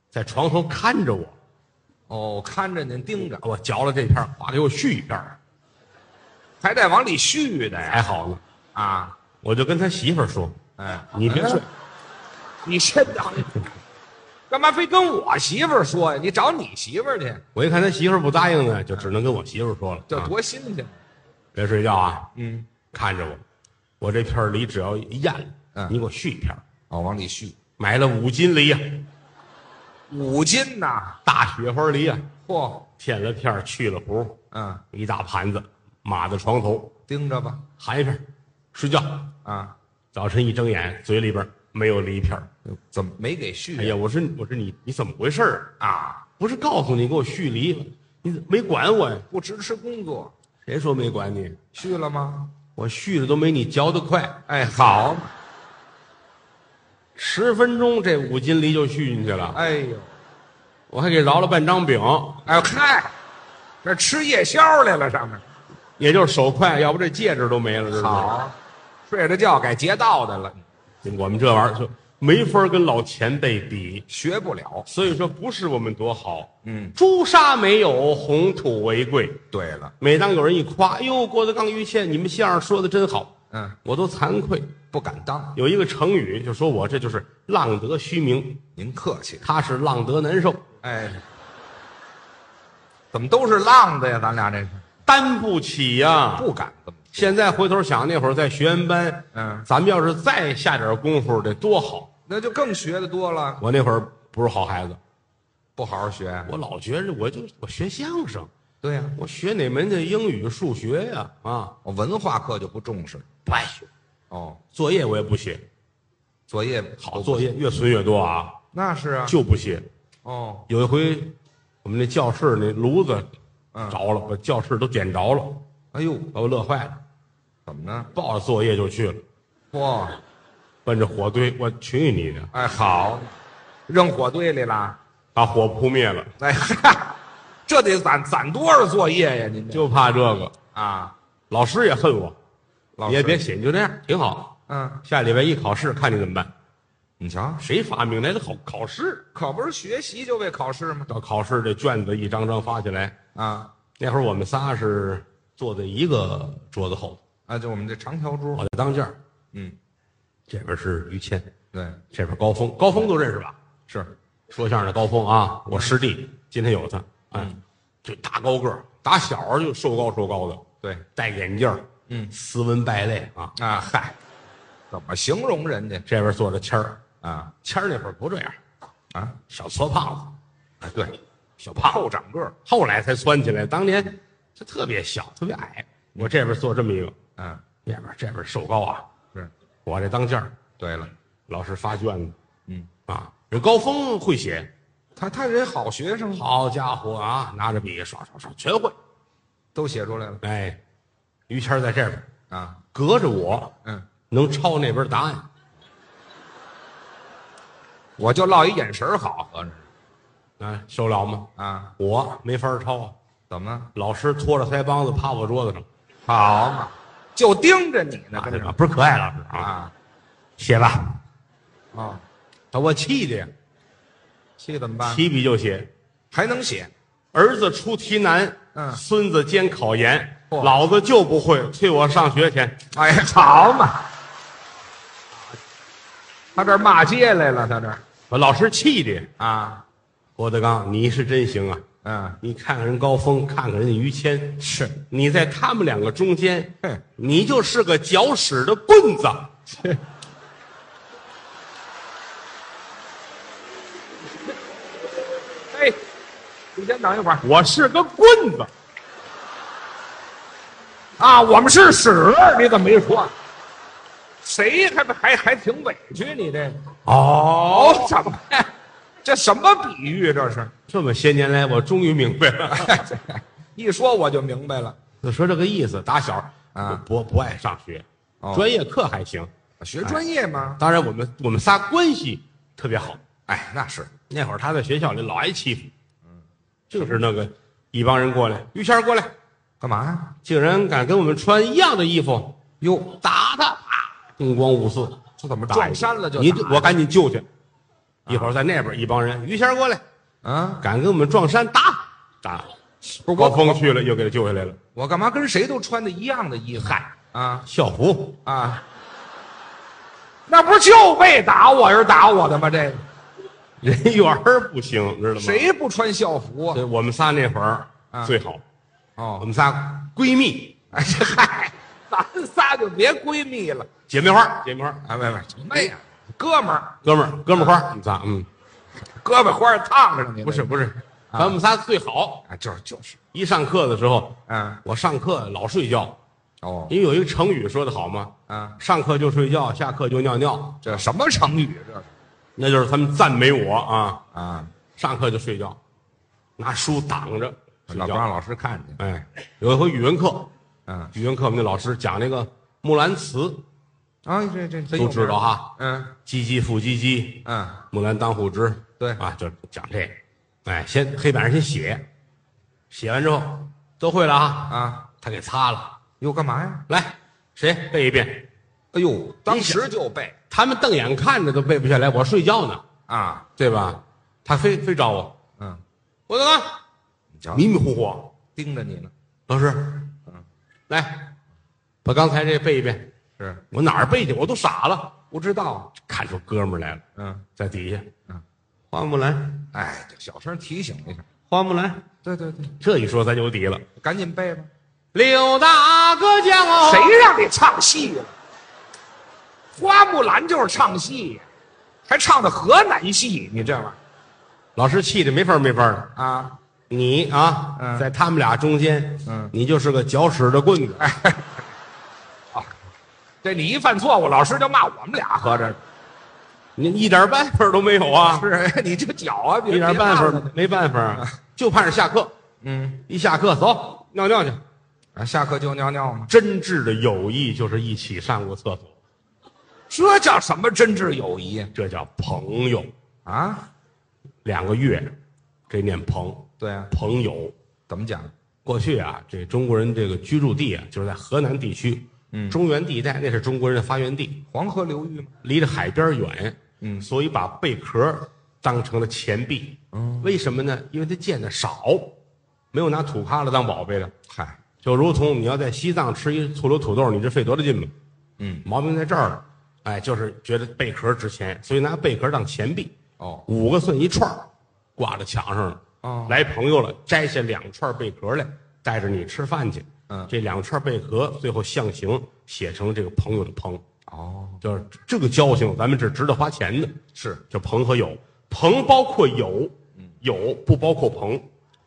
在床头看着我，哦，看着您盯着，我嚼了这片儿，哗给我续一片儿，哎还得往里续的还呀。好呢。啊，我就跟他媳妇儿说哎：“，你别睡， 你先等，干嘛非跟我媳妇儿说呀？你找你媳妇儿去，我一看他媳妇儿不答应呢，就只能跟我媳妇儿说了，这啊多新鲜。别睡觉啊，嗯，看着我，我这片儿梨只要一咽了，嗯你给我续一片儿。哦，往里续买了五斤梨呀、五斤呐，大雪花梨呀、嚯，片了片儿去了核，嗯，一大盘子码在床头，盯着吧，含一片儿，睡觉。啊，早晨一睁眼，嘴里边没有梨片儿。怎么没给续？哎呀，我说我说你你怎么回事儿啊？啊，不是告诉你给我续梨，你怎么没管我呀？不支持工作，谁说没管你？续了吗？我续的都没你嚼得快，哎，好嘛，十分钟这五斤梨就续进去了，哎呦，我还给饶了半张饼，哎嗨，这吃夜宵来了，上面也就是手快，要不这戒指都没了，知道吗？好，睡着觉改劫道的了，我们这玩意儿就没法跟老前辈比，学不了。所以说不是我们多好，嗯，朱砂没有，红土为贵。对了，每当有人一夸，哎呦，郭德纲、于谦，你们相声说的真好，嗯，我都惭愧。不敢当，有一个成语就说我这就是浪得虚名，您客气。他是浪得难受，哎，怎么都是浪子呀？咱俩这是担不起呀、不敢这么说。现在回头想，那会儿在学员班，嗯咱们要是再下点功夫，得多好。那就更学的多了，我那会儿不是好孩子，不好好学。我老觉着我就我学相声，对呀、我学哪门的英语、数学呀啊我文化课就不重视。不爱学，哦，作业我也不写，作业好作业越存越多啊，那是啊。就不写。哦，有一回，我们那教室那炉子嗯着了，把教室都点着了，哎呦，把我乐坏了，怎么呢？抱着作业就去了，嚯，奔着火堆，我去你的，哎好，扔火堆里了。把火扑灭了，哎 哈，这得攒攒多少作业呀？您这就怕这个。啊，老师也恨我，老你也师别写，你就这样挺好。嗯，下礼拜一考试，看你怎么办。你瞧，谁发明来的考考试？可不是学习就为考试吗？到考试这卷子一张张发起来。啊那会儿我们仨是坐在一个桌子后头，啊，就我们这长条我桌，在当间儿嗯，这边是于谦，对，这边高峰，高峰都认识吧？是说相声的高峰啊，我师弟，今天有他，哎，嗯就大高个儿，打小儿就瘦高瘦高的，对戴眼镜儿嗯斯文败类啊。啊，嗨，怎么形容人家这边坐着谦儿，啊谦儿那会儿不这样，啊小矬胖啊？对，子，小胖子后长个儿，后来才窜起来。当年他特别小，特别矮。我这边坐这么一个，嗯，那边这边瘦高啊，是，我这当间儿，对了，老师发卷子嗯，啊，人高峰会写，他他人好学生，好家伙啊，拿着笔刷刷刷全会。都写出来了哎，于谦儿在这边，啊，隔着我嗯，能抄那边答案。我就落一眼神儿好，合着是啊，受了吗？啊，我没法抄啊，怎么了老师拖着腮帮子趴我桌子上，好嘛，就盯着你呢，啊跟着不是可爱老师啊，啊写吧，啊，把我气的呀，气怎么办？提笔就写。还能写，儿子出题难，嗯孙子监考严，嚯老子就不会，催我上学去。哎，好嘛，他这儿骂街来了，他这儿把老师气的，啊，郭德纲，你是真行啊！嗯，你看看人高峰，看看人家于谦，是，你在他们两个中间哼，你就是个搅屎的棍子。哎，你先等一会儿我是个棍子，啊，我们是屎，你怎么没说？谁还还还挺委屈你这？哦，怎么？这什么比喻？这是？这么些年来，我终于明白了。 一说我就明白了。就说这个意思，打小啊不不爱上学，哦专业课还行。学专业吗？当然，我们我们仨关系特别好。哎，那是嗯那会儿他在学校里老挨欺负，就是那个一帮人过来，于谦儿过来，干嘛呀？竟然敢跟我们穿一样的衣服，哟，打他！啪，叮咣五四，这怎么打撞衫了就你打呀我赶紧救去。一会儿在那边一帮人，于谦儿过来，啊，敢跟我们撞衫，打打。不是高我峰去了，又给他救下来了，我干嘛跟谁都穿的一样的衣服？嗨啊校服。啊，那不就为打我而打我的吗？这个人缘儿不行，知道吗？谁不穿校服啊对？我们仨那会儿啊最好，我哦，们仨闺蜜哎这嗨，咱仨就别闺蜜了。姐妹花，姐妹花，哎，喂喂，什么呀？哥们儿，哥们儿哥们儿花，啊我们仨嗯，胳膊花儿烫着呢，不是不是，啊咱们仨最好。啊，就是就是，一上课的时候，嗯，我上课老睡觉，哦，因为有一个成语说的好嘛，啊，上课就睡觉，下课就尿尿，这什么成语啊这是那就是他们赞美我啊，啊？上课就睡觉，拿书挡着睡老不让觉。老师看见，哎，有一回语文课，嗯，语文课我们那老师讲那个《木兰辞》，啊，这这这都知道，哈，嗯唧唧复唧唧，嗯，木兰当户织，对啊，就讲这个，哎，先黑板上先写，写完之后都会了啊，啊，他给擦了，又干嘛呀？来，谁背一遍？哎呦，当时就背他们瞪眼看着都背不下来，我睡觉呢，啊，对吧？他非非找我，嗯，我怎么你瞧，迷迷糊糊？盯着你呢，老师，嗯来，把刚才这背一遍。是我哪儿背去？我都傻了。不知道，看出哥们儿来了，嗯，在底下，嗯，花木兰，哎，这小声提醒一下，花木兰，对对对，这一说咱有底了。赶紧背吧。刘大哥讲哦，谁让你唱戏了？花木兰就是唱戏呀，还唱的河南戏，你这玩意儿老师气的没法没法的。啊，你啊，嗯在他们俩中间，嗯哎你就是个搅屎的棍子。这你一犯错误，老师就骂我们俩，合着你一点办法都没有啊，是哎你这脚啊，别一点别办骂法了没办法，啊就盼着下课。嗯，一下课走尿尿去。啊，下课就尿尿吗？真挚的友谊就是一起上过厕所，这叫什么真挚友谊这叫朋友。啊？两个月，这念朋对啊，朋友。怎么讲？过去啊，这中国人这个居住地啊，就是在河南地区，嗯中原地带那是中国人的发源地，黄河流域吗？离着海边远，嗯所以把贝壳当成了钱币。哦嗯，为什么呢？因为它见的少，没有拿土咖喱当宝贝的。嗨，就如同你要在西藏吃一醋溜土豆，你这费多大劲吧？嗯，毛病在这儿了。哎，就是觉得贝壳值钱，所以拿贝壳当钱币，哦，五个算一串儿挂在墙上了。哦来朋友了，摘下两串贝壳来，带着你吃饭去。嗯这两串贝壳最后象形写成这个朋友的朋，哦，就是这个交情，咱们是值得花钱的。是，嗯就朋和友，朋包括友，友不包括朋。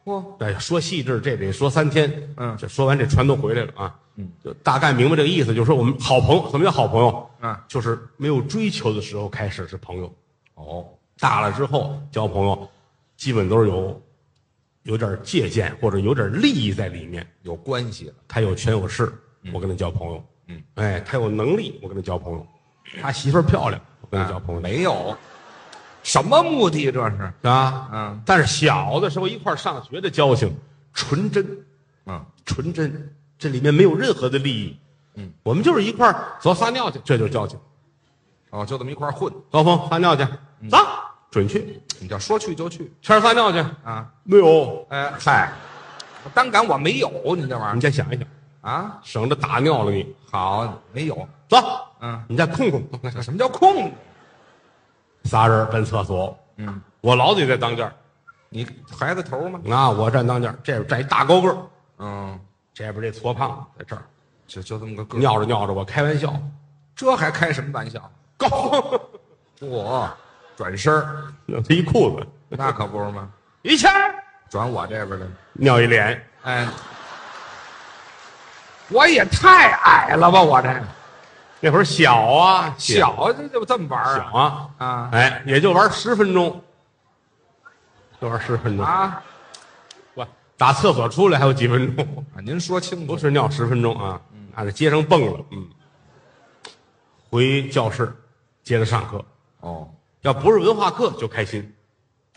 嚯，哎，说细致这得说三天。嗯这说完这船都回来了啊。嗯，就大概明白这个意思，就是说我们好朋友，什么叫好朋友？嗯就是没有追求的时候开始是朋友，哦，大了之后交朋友，基本都是有有点借鉴或者有点利益在里面。有关系了，他有权有势，我跟他交朋友。嗯，哎，他有能力，我跟他交朋友。他媳妇儿漂亮，我跟他交朋友。啊没有？什么目的这是？啊，嗯，但是小的时候一块儿上学的交情，纯真，嗯，纯真，这里面没有任何的利益，嗯，我们就是一块儿走撒尿去，这就是交情。哦，就这么一块儿混，高峰撒尿去，嗯走，准确。你叫说去就去圈儿撒尿去，啊？没有，哎，嗨，单杆我没有，你这玩你意再想一想，儿啊？省得打尿了你。好，没有，走，嗯你再控控，来什么叫空？仨人奔厕所，嗯，我老得在当间儿，你孩子头吗？啊，我站当间儿，这边站一大高个儿，嗯，这边这矬胖子在这儿，就就这么个个儿，尿着尿着，我开玩笑，这还开什么玩笑？高峰，嚯，转身儿，弄 他一裤子，那可不是吗？于谦儿转我这边来了，尿一脸，哎，我也太矮了吧，我这那会儿小啊，小这就这么玩小儿啊，啊哎，也就玩十分钟，就玩十分啊钟。啊！我打厕所出来还有几分钟，啊您说清不楚，是尿十分钟啊，那在街上蹦了，嗯，回教室接着上课，哦，要不是文化课就开心，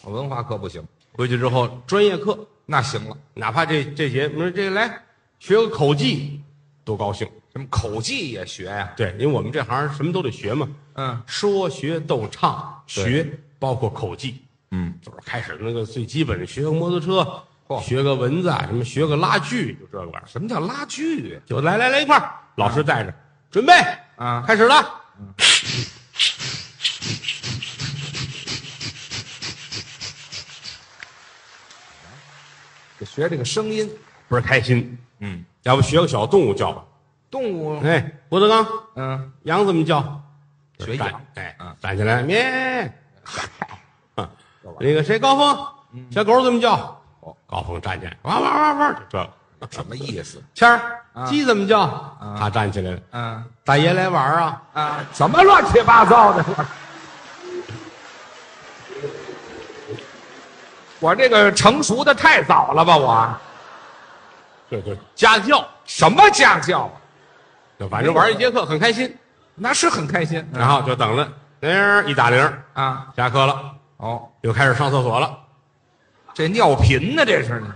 文化课不行，回去之后专业课，那行了，哪怕这这节，我说这来学个口技，多高兴。什么口技也学呀、对，因为我们这行什么都得学嘛，嗯，说学逗唱对学，包括口技，嗯，就是开始那个最基本的，学个摩托车，嚯学个蚊子，啊，什么学个拉锯，就这个玩意儿。什么叫拉锯就来来来一块儿，老师带着，准备啊？开始了。就学这个声音，不是开心，嗯，要不学个小动物叫吧？动物，哎，郭德纲，嗯，羊怎么叫？学站养，哎嗯，站起来，咩。 嗯那个谁，高峰，小狗怎么叫？高峰站起来，汪汪汪汪，就这个。哦什么意思？啊谦儿，鸡怎么叫？他站起来了，嗯大爷来玩儿啊！啊，什么乱七八糟的？我我这个成熟的太早了吧？我对对，家教，什么家教？就反正玩一节课很开心，那是很开心然后就等着铃儿一打铃儿，嗯啊！下课了，哦，又开始上厕所了，这尿频呢，这是呢，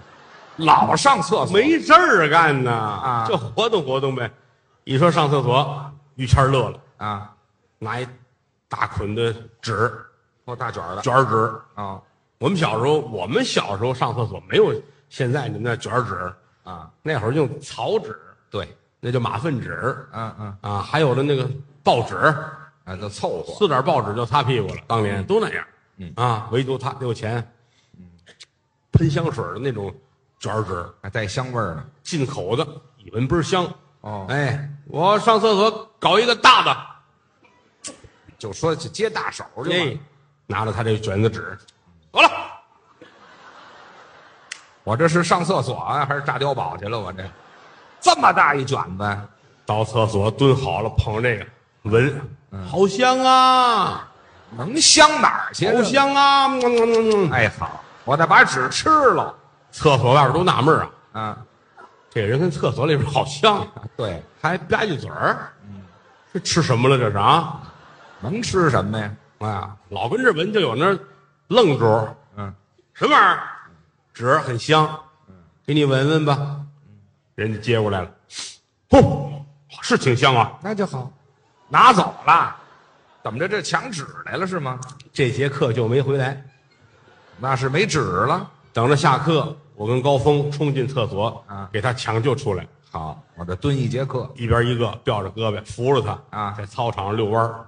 老上厕所没事儿干呢，啊就活动活动呗。一说上厕所，于谦乐了，啊？拿一大捆的纸，我哦大卷儿的卷儿纸。啊我们小时候，我们小时候上厕所没有现在你们那卷儿纸，啊，那会儿用草纸，对，那叫马粪纸嗯嗯啊，还有的那个报纸，啊，就凑合撕点报纸就擦屁股了，当年都那样。嗯啊，唯独他有钱，喷香水的那种卷儿纸，还带香味儿呢。进口的，一闻倍儿香。哦哎，我上厕所搞一个大的，就说去接大手去吧。哎，拿着他这卷子纸，走了。我这是上厕所啊，还是炸碉堡去了？我这这么大一卷子，到厕所蹲好了，捧这个闻，嗯好香啊，能香哪儿去？好！香啊！嗯嗯嗯嗯哎，好，我再把纸吃了。厕所外边都纳闷儿啊，啊，这人跟厕所里边好香， 对，还吧唧嘴儿，这吃什么了这是啊？能吃什么呀？哎呀，老跟这闻就有那愣主儿，嗯，什么玩意儿？纸嗯 很香，给你闻闻吧。人家接过来了，嚯，是挺香啊。那就好，拿走了，怎么着这抢纸来了是吗？这节课就没回来，那是没纸了。等着下课，我跟高峰冲进厕所啊给他抢救出来，好，我这蹲一节课，一边一个吊着胳膊扶着他啊在操场上遛弯儿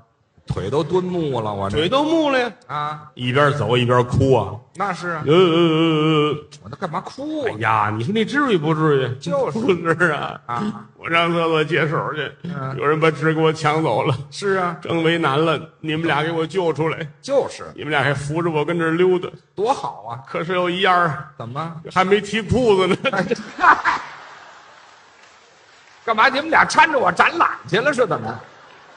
腿都蹲木了，我这腿都木了呀，啊，一边走一边哭啊，那是啊，呃呃呃我那干嘛哭呃，哎啊？呀，你说那至于不至于？就是不是啊啊！我上厕所解手去，嗯有人把纸给我抢走了，是啊，真为难了，你们俩给我救出来，就是你们俩还扶着我跟这儿溜达，多好啊！可是有一样儿怎么？还没提裤子呢。干嘛？你们俩搀着我展览去了是怎么？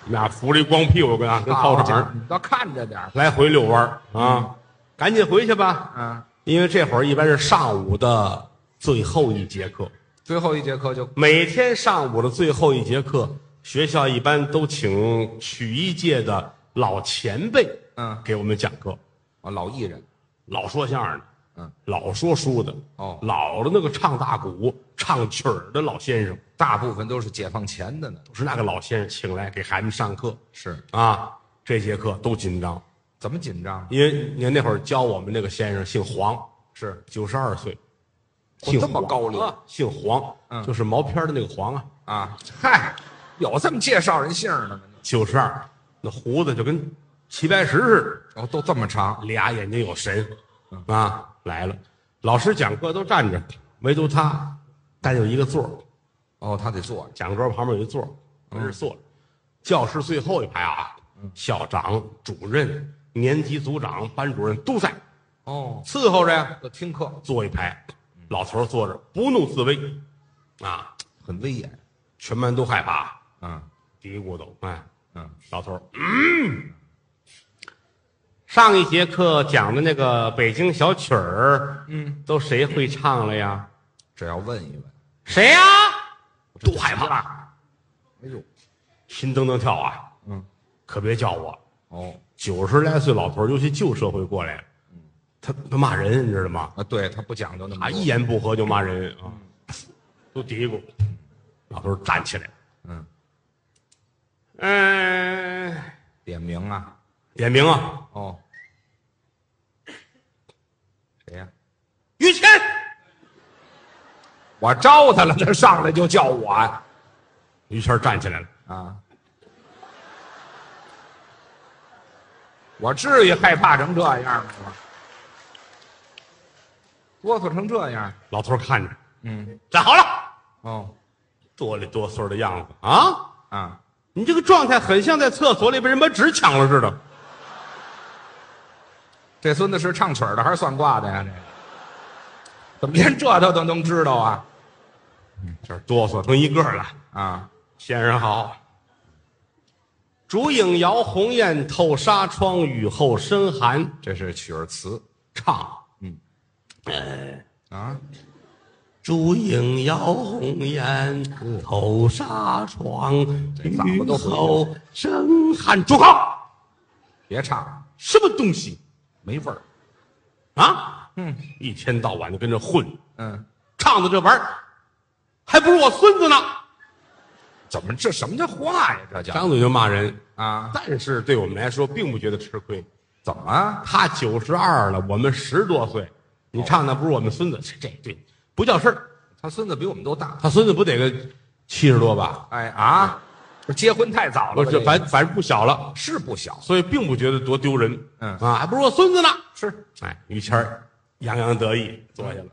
俩扶着一光屁股跟啊，跟操好场你倒看着点儿来回遛弯儿啊，赶紧回去吧，啊！因为这会儿一般是上午的最后一节课，最后一节课就每天上午的最后一节课，学校一般都请曲艺界的老前辈，嗯给我们讲课，啊，老艺人老说相声的，嗯，老说书的，哦老的那个唱大鼓、唱曲儿的老先生，大部分都是解放前的呢。都是那个老先生请来给孩子们上课是，啊，这节课都紧张，怎么紧张？因为你看那会儿教我们那个先生姓黄，是九十二岁，嚯姓哦这么黄高龄啊姓黄，嗯就是毛片的那个黄啊，啊，嗨，有这么介绍人姓儿的吗？九十二，那胡子就跟齐白石似哦，都这么长的，俩眼睛有神，嗯啊，来了，老师讲课都站着，唯独他单有一个座儿，哦，他得坐着讲桌旁边有一座儿，跟这儿坐嗯着，教室最后一排啊，校长、主任、年级组长、班主任都在哦，伺候着呀，要听课嗯坐一排，老头儿坐着不怒自威，啊，很威严全班都害怕。啊，嘀咕叨，哎，嗯，老头儿，嗯，上一节课讲的那个北京小曲儿，嗯，都谁会唱了呀？这要问一问。谁呀、都害怕，怕。哎呦，心噔噔跳啊，嗯，可别叫我，哦九十来岁老头儿，尤其旧社会过来的，他他骂人，你知道吗？啊，对他不讲究那么啊，多一言不合就骂人啊，都嘀咕，老头儿站起来，嗯，嗯、点名啊，点名啊，哦，谁呀、于谦。我招他了，他上来就叫我啊于谦儿站起来了，啊！我至于害怕成这样吗？哆嗦成这样，老头儿看着，嗯，站好了，哦哆里哆嗦的样子啊！啊，你这个状态很像在厕所里被人把纸抢了似的。这孙子是唱曲儿的还是算卦的呀？这个怎么连这他都能知道啊？这儿哆嗦成一个了。啊，先生好，烛影摇红雁，透纱窗，雨后深寒。这是曲儿词唱，啊，烛影摇红雁，透纱窗，嗓子雨都回去了后深寒。住口！别唱了，什么东西没味儿。啊？嗯，一天到晚就跟这混，嗯，唱的这玩意儿，还不如我孙子呢。怎么这什么叫话呀？这叫张嘴就骂人，啊？但是对我们来说并不觉得吃亏。怎么他九十二了，我们十多岁，你唱的不是我们孙子，这这对不叫事儿。他孙子比我们都大？他孙子不得个七十多吧？哎啊，不是结婚太早不了吧，是，这反反正不小了，是不小，所以并不觉得多丢人。嗯啊，还不如我孙子呢。是哎，于谦儿洋洋得意坐下了，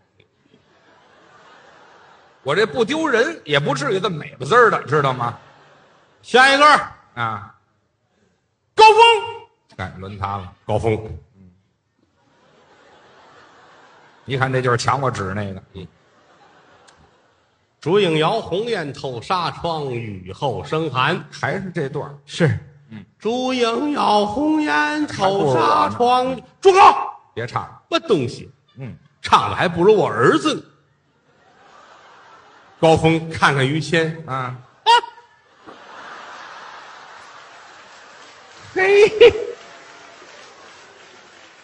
我这不丢人，也不至于这么美巴滋儿的，知道吗？下一个啊，高峰，哎，轮他了，高峰一看这就是抢我纸那个，嗯，烛影摇红雁，透纱窗，雨后生寒。还是这段儿是，烛影摇红雁，透纱窗。住口！别唱了，什么东西？嗯，唱的还不如我儿子呢。高峰看看于谦，啊，嘿，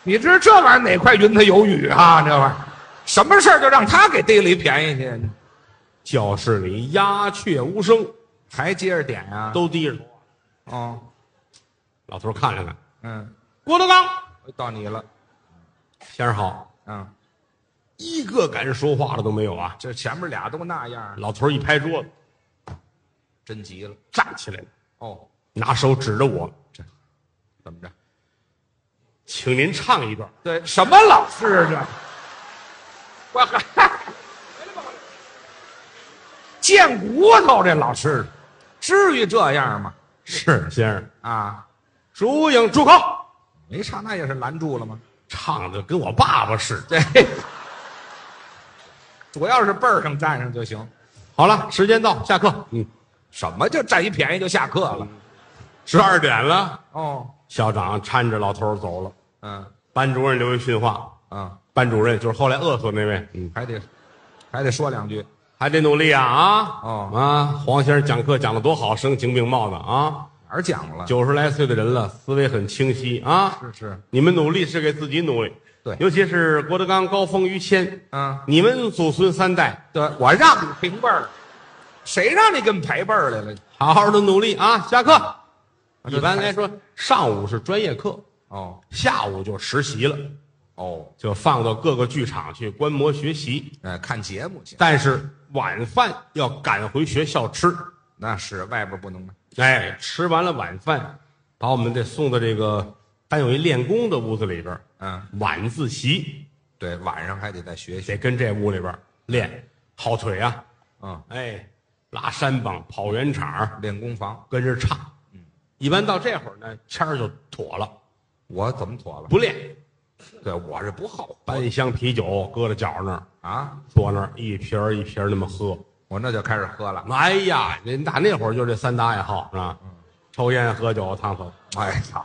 你知这玩意儿哪块云彩有雨啊？这玩意儿，什么事儿就让他给逮了一便宜去？教室里鸦雀无声，还接着点呀、都低着头。啊哦，老头看了看，嗯，郭德纲到你了，先生好，嗯，一个敢说话的都没有啊！这前面俩都那样，老头一拍桌子，真急了。站起来了，哦，拿手指着我，怎么着？请您唱一段。对，什么老师啊这？我还贱骨头这老师，至于这样吗？是先生，啊，竹影住口，没唱那也是拦住了吗？唱的跟我爸爸似的。对，主要是辈儿上占上就行。好了，时间到，下课。嗯，什么叫占一便宜就下课了？十二点了。哦，校长搀着老头儿走了，嗯班主任留下训话。嗯，班主任就是后来饿死的那位，嗯，还得还得说两句。还得努力啊啊！哦啊，黄先生讲课讲的多好，声情并茂的啊！哪儿讲了？九十来岁的人了，思维很清晰啊！是是，你们努力是给自己努力，对尤其是郭德纲、高峰、于谦，嗯，你们祖孙三代，对，我让你平辈儿了，谁让你跟陪辈儿来了？好好的努力啊！下课，啊这一般来说上午是专业课，哦下午就实习了，哦，就放到各个剧场去观摩学习。哎，看节目去，但是晚饭要赶回学校吃，那是外边不能卖。哎，吃完了晚饭，把我们得送到这个单有一练功的屋子里边儿，嗯，晚自习对，晚上还得再学得学。跟这屋里边儿练，耗腿啊，嗯，哎，拉山膀、跑圆场，练功房，跟着唱。一般到这会儿呢，天儿就妥了，我怎么妥了？不练，对，我是不好搬一箱啤酒搁在脚那儿，啊，坐那儿一瓶儿一瓶儿那么喝。我那就开始喝了。哎呀，人打那会儿就这三大爱好是吧？抽烟、喝酒、烫头。哎操，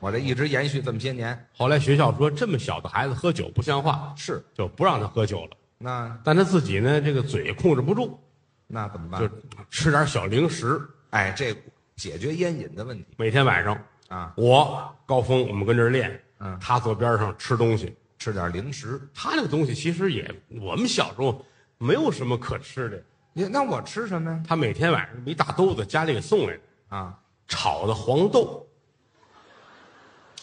我这一直延续这么些年，后来学校说这么小的孩子喝酒不像话，是就不让他喝酒了。那但他自己呢，这个嘴控制不住，那怎么就办？吃点小零食。哎，这解决烟瘾的问题每天晚上，啊，我高峰我们跟这儿练，嗯他坐边上吃东西。吃点零食。他那个东西其实也，我们小时候没有什么可吃的。你那我吃什么呀？他每天晚上一大兜子家里给送来的，啊，炒的黄豆，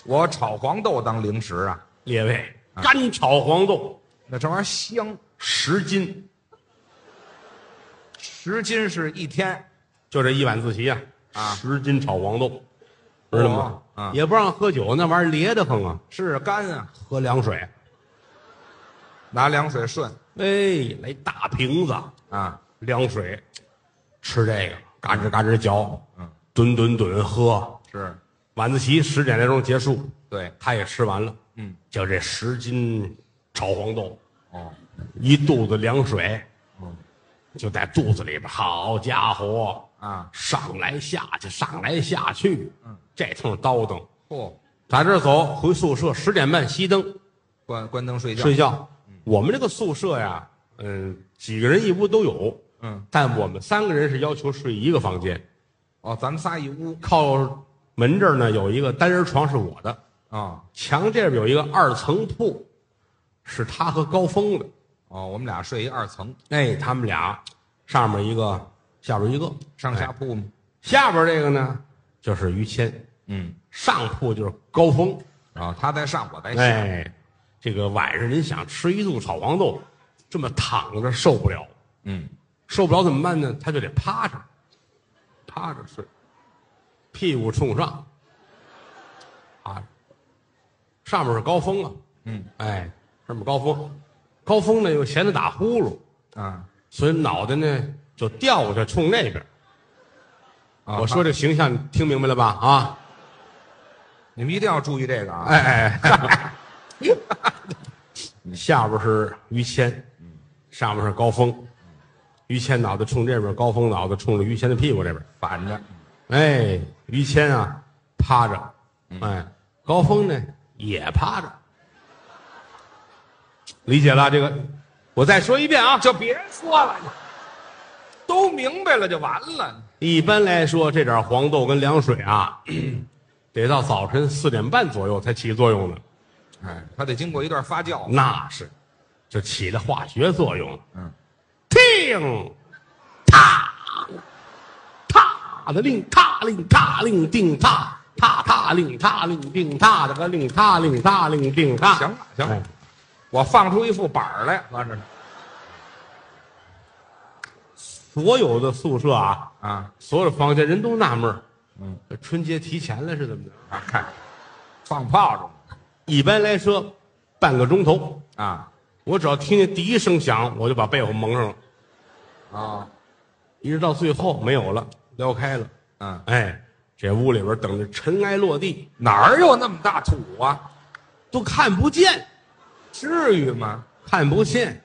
我炒黄豆当零食啊，列位干炒黄豆那这玩意儿香。十斤，十斤是一天，就这一晚自习啊，啊十斤炒黄豆，知道吗？哦啊也不让喝酒，那玩意儿咧得慌啊。是干啊，喝凉水，拿凉水顺哎，来大瓶子啊，凉水，吃这个，嘎吱嘎吱嚼，嗯，吨吨吨喝。是，晚自习十点来钟结束，对，他也吃完了，嗯，就这十斤炒黄豆，哦，一肚子凉水，嗯，就在肚子里边，好家伙，啊，上来下去，上来下去，嗯，这通叨腾，嚯、打这儿走回宿舍，十点半熄灯，关关灯睡觉，睡觉。我们这个宿舍呀，嗯，几个人一屋都有，嗯，但我们三个人是要求睡一个房间。哦，咱们仨一屋靠门这儿呢有一个单人床是我的，啊、墙这边有一个二层铺，是他和高峰的。哦，我们俩睡一二层，哎，他们俩上面一个，下边一个，哎上下铺嘛，下边这个呢就是于谦，嗯，上铺就是高峰。啊、他在上，我在下，哎，这个晚上您想吃一肚炒黄豆，这么躺着受不了。嗯，受不了怎么办呢？他就得趴着，趴着睡，屁股冲上，趴着。上面是高峰啊，嗯，哎，上面高峰，高峰呢又闲得打呼噜，啊，所以脑袋呢就掉过去冲那边。啊我说这形象你听明白了吧？啊，你们一定要注意这个啊，哎哎哎，下边是于谦，上面是高峰，于谦脑袋冲这边，高峰脑袋冲着于谦的屁股这边。反着，哎，于谦啊，趴着，哎，高峰呢也趴着，理解了这个。我再说一遍啊，就别说了，都明白了就完了，一般来说，这点黄豆跟凉水啊， 得到早晨四点半左右才起作用呢。哎，他得经过一段发酵，那是，就起了化学作用。嗯，听，踏，踏，的令踏令踏令定踏踏踏令踏令定踏的个令踏令踏令定踏。行了行哎了，我放出一副板儿来，完事儿所有的宿舍啊，啊所有的房间人都纳闷嗯，这春节提前了是怎么着？啊，看放炮仗一般来说，半个钟头，啊我只要听见第一声响，我就把被窝蒙上了，啊一直到最后没有了，撩哦开了，嗯，哎，这屋里边等着尘埃落地，哪儿有那么大土啊？都看不见，至于吗？看不见，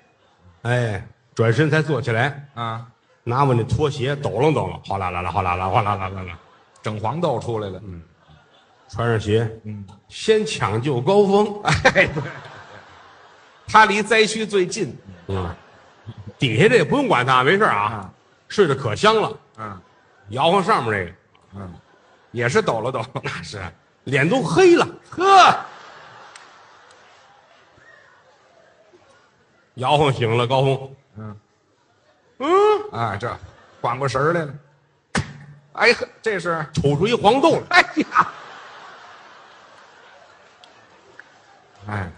哎，转身才坐起来，啊，拿我那拖鞋抖楞抖楞，哗啦啦啦，哗啦啦，哗啦啦啦啦，整黄豆出来了，嗯穿上鞋，嗯，先抢救高峰，哎，对，他离灾区最近，嗯，底下这也不用管它，没事啊啊，睡得可香了，嗯摇晃上面这个，嗯，也是抖了抖，那是脸都黑了，呵，摇晃醒了高峰，嗯嗯，啊，这缓过神儿来了，哎呵，这是，吐出一黄豆来，哎呀，哎，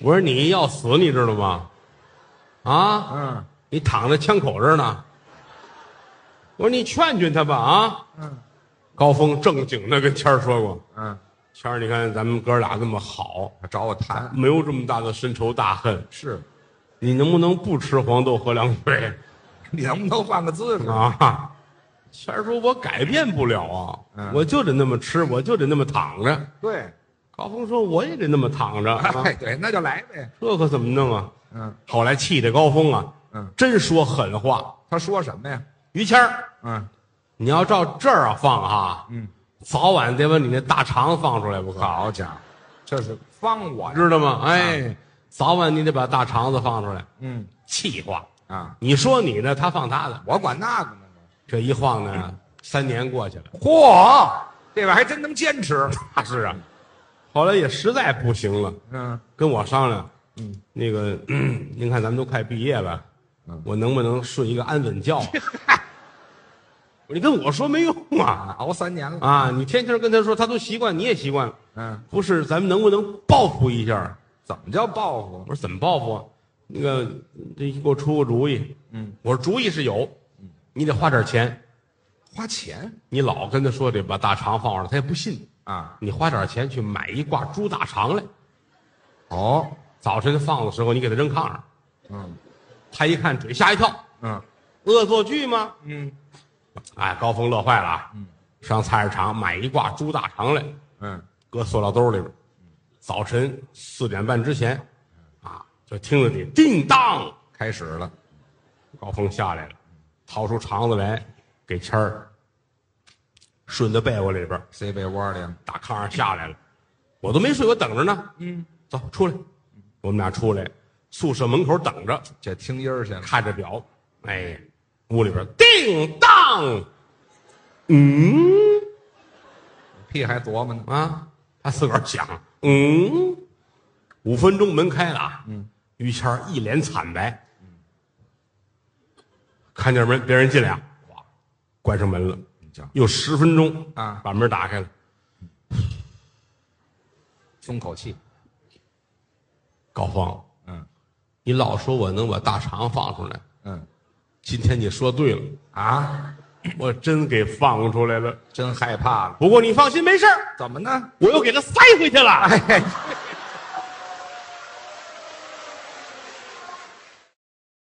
我说你要死，你知道吗？啊，嗯你躺在枪口这儿呢。我说你劝劝他吧啊。嗯高峰正经的跟谦儿说过嗯，：“谦儿，你看咱们哥俩那么好，他找我谈没有这么大的深仇大恨，是，你能不能不吃黄豆喝凉水你能不能换个姿势？啊？”谦儿说：“我改变不了啊，嗯我就得那么吃，我就得那么躺着。对，”高峰说：“我也得那么躺着， 啊哎对，那就来呗，这可怎么弄啊？”嗯，后来气的高峰啊，嗯，真说狠话。他说什么呀？于谦儿，嗯你要照这儿啊放啊，嗯，早晚得把你那大肠放出来不可，好家伙，这是方我呀，知道吗？哎，早晚你得把大肠子放出来。嗯气话，啊，你说你的，他放他的，我管那个呢。这一晃嗯呢，三年过去了。嚯，这玩意儿还真能坚持。那是啊，后来也实在不行了，嗯，跟我商量，嗯，那个嗯您看咱们都快毕业了，嗯我能不能睡一个安稳觉？ 你跟我说没用啊啊，熬三年了。啊！你天天跟他说，他都习惯，你也习惯了。嗯，不是，咱们能不能报复一下？怎么叫报复我？说怎么报复啊？那个，这给我出个主意。嗯，我说主意是有，你得花点钱。花钱你老跟他说得把大肠放上，他也不信。啊？你花点钱去买一挂猪大肠来，哦，早晨放的时候你给他扔炕上，嗯他一看腿吓一跳，嗯恶作剧吗？嗯哎，高峰乐坏了啊！上菜市场买一挂猪大肠来，嗯，搁塑料兜里边。早晨四点半之前，啊，就听着你叮当，开始了。高峰下来了，掏出肠子来给谦儿，顺到被窝里边，塞被窝里了。大炕上下来了，我都没睡，我等着呢。嗯，走出来，我们俩出来，宿舍门口等着，这听音儿去了。看着表，哎，屋里边叮当，嗯屁还琢磨呢。啊，他自个儿想，嗯，五分钟门开了啊，嗯，于谦儿一脸惨白，看见门别人进来啊，哇，关上门了，你讲又十分钟啊把门打开了，松口气。高峰，嗯你老说我能把大肠放出来，嗯今天你说对了，啊，我真给放出来了。真害怕了。不过你放心，没事儿，怎么呢？我又给他塞回去了。哎，